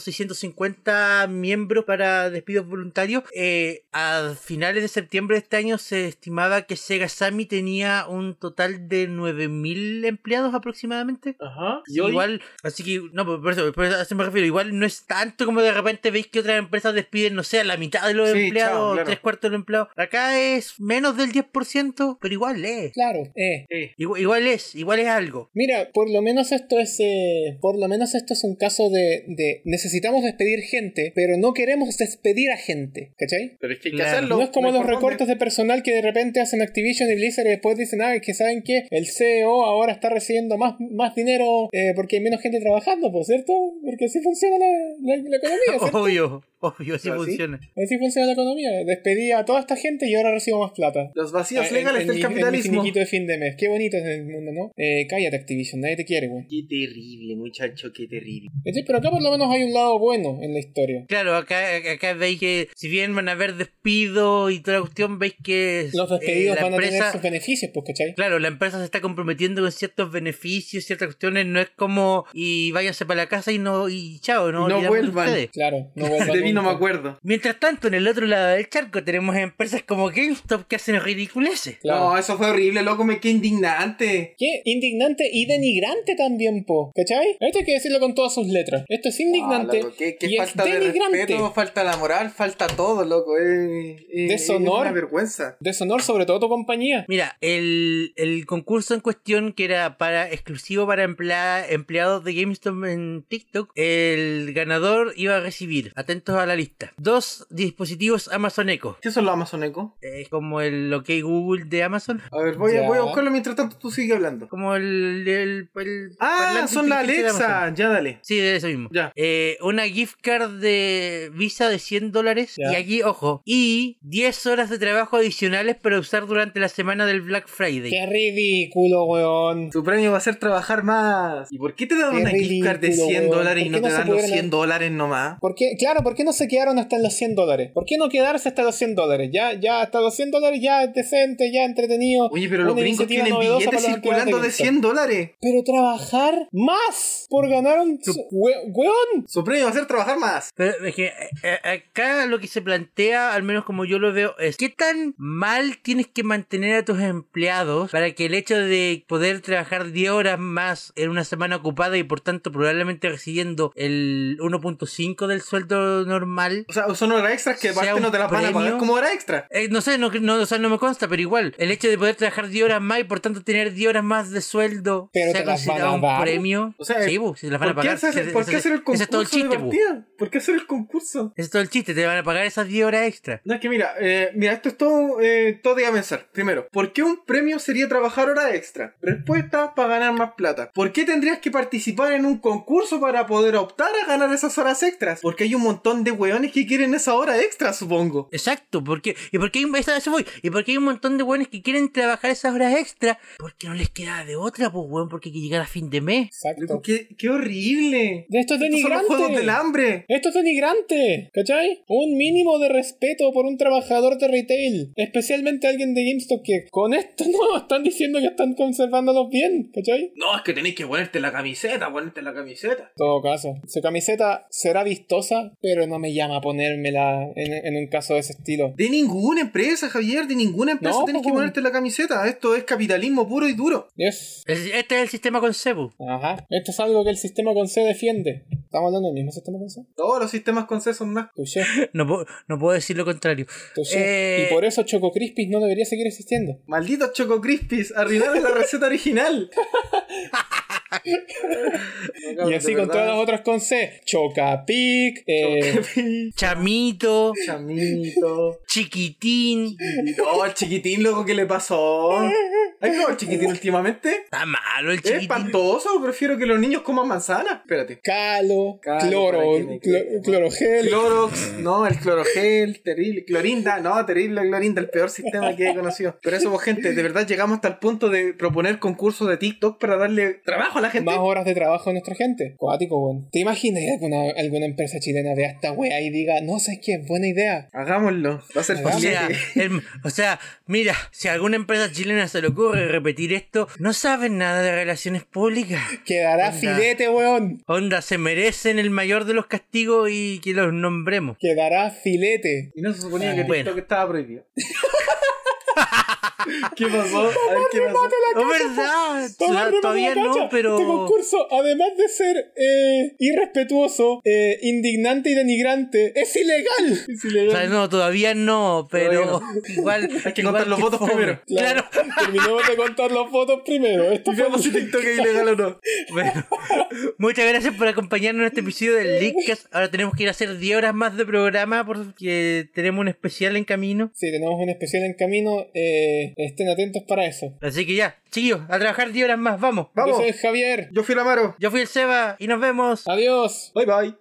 B: 650 miembros para despidos voluntarios. Eh, a finales de septiembre de este año se estimaba que Sega Sammy tenía un total de 9.000 empleados aproximadamente.
C: Ajá. Y hoy.
B: Igual, así que, no, por por eso, por eso a eso me refiero. Igual no es tanto como de repente veis que otras empresas despiden, no sé, a la mitad de los
C: Sí,
B: empleados,
C: chao, claro.
B: tres cuartos de los empleados. Acá es menos del 10%, pero igual es.
A: Claro, eh.
C: Eh,
B: Igual, igual es, igual es algo.
A: Mira, por lo menos esto es eh, por lo menos esto es un caso de, de necesitamos despedir gente, pero no queremos despedir a gente, ¿cachai?
C: pero es que hay que
B: Claro.
C: hacerlo.
A: No es como
C: no
A: los
C: por dónde.
A: recortes de personal que de repente hacen Activision y Blizzard y después dicen, ah, es que saben que el CEO ahora está recibiendo más, más dinero eh, porque hay menos gente trabajando, ¿por cierto? Porque así funciona la, la- la economía, ¿cierto?
B: Obvio, obvio, así
C: ¿Ah, sí?
B: funciona.
A: Así funciona la economía. Despedí a toda esta gente y ahora recibo más plata.
C: Los vacíos
A: Ah, en-
C: legales
A: en
C: del
A: mi- en mi
C: capitalismo.
A: finiquito de fin de mes. Qué bonito es el mundo, ¿no? Eh, cállate, Activision, nadie te quiere, güey.
C: Qué terrible, muchacho, qué terrible.
A: ¿Cachai? Pero acá por lo menos hay un lado bueno en la historia.
B: Claro, acá, acá veis que si bien van a haber despido y toda la cuestión, veis que
A: Los
B: eh,
A: despedidos
B: la
A: van a
B: empresa-
A: tener sus beneficios, pues, ¿cachai?
B: Claro, la empresa se está comprometiendo con ciertos beneficios, ciertas cuestiones, no es como y váyanse para la casa y no y chao, no,
C: Y no
B: olvidamos
C: vuelvan.
B: ustedes.
A: Claro, no vuelvan
C: De mí no me
A: nunca.
C: acuerdo.
B: Mientras tanto, en el otro lado del charco tenemos empresas como GameStop que hacen ridiculeces.
A: Claro.
C: No, eso fue horrible, loco, me quedé indignante.
A: Qué indignante y denigrante también, po. ¿Cachai? Esto hay que decirlo con todas sus letras. Esto es indignante
C: Ah, loco, qué, qué
A: y es
C: falta de
A: denigrante.
C: respeto, falta la moral, falta todo, loco. eh, eh,
A: Deshonor.
C: Es una vergüenza.
A: Deshonor sobre todo tu compañía.
B: Mira, el, el concurso en cuestión que era para exclusivo para emplea- empleados de GameStop en TikTok, el ganador iba a recibir, atentos a la lista, dos dispositivos Amazon Echo.
C: ¿Qué son los Amazon Echo?
B: Es como el OK Google de Amazon.
C: A ver, voy, a,
A: Ya.
C: voy a buscarlo mientras tanto tú sigue hablando.
B: Como el... el- el
C: Ah,
B: parlante
C: son la
B: inteligente de Amazon.
C: Alexa, ya dale.
B: Sí, de eso mismo.
C: Ya.
B: Eh, una gift card de Visa de 100 dólares.
A: Ya.
B: Y aquí, ojo. Y 10 horas de trabajo adicionales para usar durante la semana del Black Friday.
A: Qué ridículo, weón.
C: Tu premio va a ser trabajar más. ¿Y por qué te dan
A: Qué
C: una gift card de
A: ridículo,
C: 100
A: weón.
C: dólares y
A: ¿Por
C: no
A: qué no
C: te
A: se
C: dan los
A: pudieron-
C: 100 dólares nomás?
A: ¿Por qué? Claro, ¿por qué no se quedaron hasta los 100 dólares? ¿Por qué no quedarse hasta los 100 dólares? Ya, ya, hasta los 100 dólares ya es decente, ya entretenido.
C: Oye, pero
A: Una
C: los gringos
A: iniciativa
C: tienen
A: novedosa
C: billetes
A: para los empleados
C: circulando de
A: GameStop.
C: 100 dólares.
A: Pero trabajar más por ganar un...
C: Sup-
A: we- weón.
C: Su premio va a ser trabajar más.
B: Pero es que eh, eh, acá lo que se plantea, al menos como yo lo veo, es qué tan mal tienes que mantener a tus empleados para que el hecho de poder trabajar 10 horas más en una semana ocupada y por tanto probablemente recibiendo el 1.5 del sueldo normal
C: O sea, son horas extras que
B: Sea
C: aparte
B: un
C: no te las van a pagar
B: premio.
C: como hora extra.
B: Eh, no sé, no, no, o sea, no me consta, pero igual, el hecho de poder trabajar 10 horas más y por tanto tener 10 horas más de sueldo
A: Pero
B: sea
A: te las van a
B: considerado un
A: dar.
B: premio.
C: O sea,
B: sí, bu, se las van a
C: ¿Por qué
B: pagar.
C: hacer,
B: Ese-
C: por qué
B: ese-
C: hacer el
B: ese es todo
C: concurso
B: el chiste,
C: de
B: bu.
C: partida? ¿Por qué hacer el concurso?
B: Ese es todo el chiste, te van a pagar esas 10 horas extra.
C: No, es que mira, eh, mira, esto es todo, eh, todo de a pensar. Primero, ¿por qué un premio sería trabajar hora extra? Respuesta, para ganar más plata. ¿Por qué tendrías que participar en un concurso para poder optar a ganar esas horas extras? Porque hay un montón de weones que quieren esa hora extra, supongo.
B: Exacto, porque y porque hay, esa- eso voy, y porque hay un montón de buenos que quieren trabajar esas horas extra, porque no les queda de otra, pues weón, porque hay que llegar a fin de mes.
A: Exacto.
C: ¡Qué, qué horrible!
A: Esto es
C: Estos son los
A: denigrante.
C: juegos del hambre.
A: Esto es denigrante, ¿cachai? Un mínimo de respeto por un trabajador de retail, especialmente alguien de GameStop que con esto no están diciendo que están conservándolos bien, ¿cachai?
C: No, es que tenéis que ponerte la camiseta, ponerte la camiseta.
A: En todo caso, su camiseta será vistosa, pero no me llama a ponérmela en, en un caso de ese estilo.
C: De ninguna empresa, Javier, de ninguna empresa
A: No,
C: tenés
A: po,
C: que ponerte la camiseta. Esto es capitalismo puro y duro.
A: Yes.
B: Es- Este es el sistema con Cebu.
A: Ajá. Esto es algo que el sistema con C defiende. ¿Estamos hablando del mismo sistema con C?
C: Todos los sistemas con C son una...
A: Touché,
B: No, puedo- no puedo decir lo contrario.
A: touché.
B: Eh.
A: Y por eso Choco Crispis no debería seguir existiendo.
C: Malditos Choco Crispies, arruinaron la receta original.
A: Y así con todas las otras con C. Chocapic, eh,
C: otras.
B: Chamito,
C: Chamito.
B: Chiquitín.
C: No, el chiquitín, loco, ¿qué le pasó? ¿Has probado el chiquitín últimamente?
B: Está malo el
C: Es
B: chiquitín.
C: espantoso, prefiero que los niños coman manzana. Espérate.
A: Calo,
C: Calo,
A: cloro,
C: para que
A: clo-
C: me quede.
A: clorogel.
C: Clorox, no, el clorogel, terrible. Clorinda, no, terrible clorinda, el peor sistema que he conocido. Pero eso, pues, gente, de verdad llegamos hasta el punto de proponer concursos de TikTok para darle trabajo a la gente.
A: Más horas de trabajo a nuestra gente. Cuático, weón. ¿Te imaginas que alguna, alguna empresa chilena vea esta wea y diga, no sé qué, buena idea?
C: Hagámoslo, va a ser
B: O sea,
C: fácil.
B: el- o sea, mira, si a alguna empresa chilena se le ocurre repetir esto, no saben nada de relaciones públicas.
A: Quedará
B: Anda.
A: filete, weón.
B: Onda, se merecen el mayor de los castigos y que los nombremos.
A: Quedará filete.
C: Y no se suponía que
B: Bueno.
C: TikTok estaba prohibido. ¿Qué pasó? A ver, ¿qué pasó?
B: No, verdad,
A: Toma,
B: todavía-
A: remate
B: ah, todavía
A: la
B: no,
A: cacha.
B: pero...
A: Este concurso, además de ser eh, irrespetuoso, eh, indignante y denigrante, es ilegal. Es
B: O sea,
A: ilegal.
B: no, todavía no, pero
C: Todavía
B: igual.
C: Hay que
B: igual
C: contar los votos primero.
B: Claro,
A: Terminemos de contar los votos primero. Esto
C: Y
A: fue
C: veamos si TikTok es ilegal o no.
B: Bueno, muchas gracias por acompañarnos en este episodio del Leakcast. Ahora tenemos que ir a hacer 10 horas más de programa porque tenemos un especial en camino.
A: Sí, tenemos un especial en camino. eh, estén atentos para eso.
B: Así que ya, chicos, a trabajar 10 horas más, vamos.
C: Vamos.
A: Yo soy Javier.
C: Yo fui el Amaro.
B: Yo fui el Seba y nos vemos.
A: Adiós.
C: Bye bye.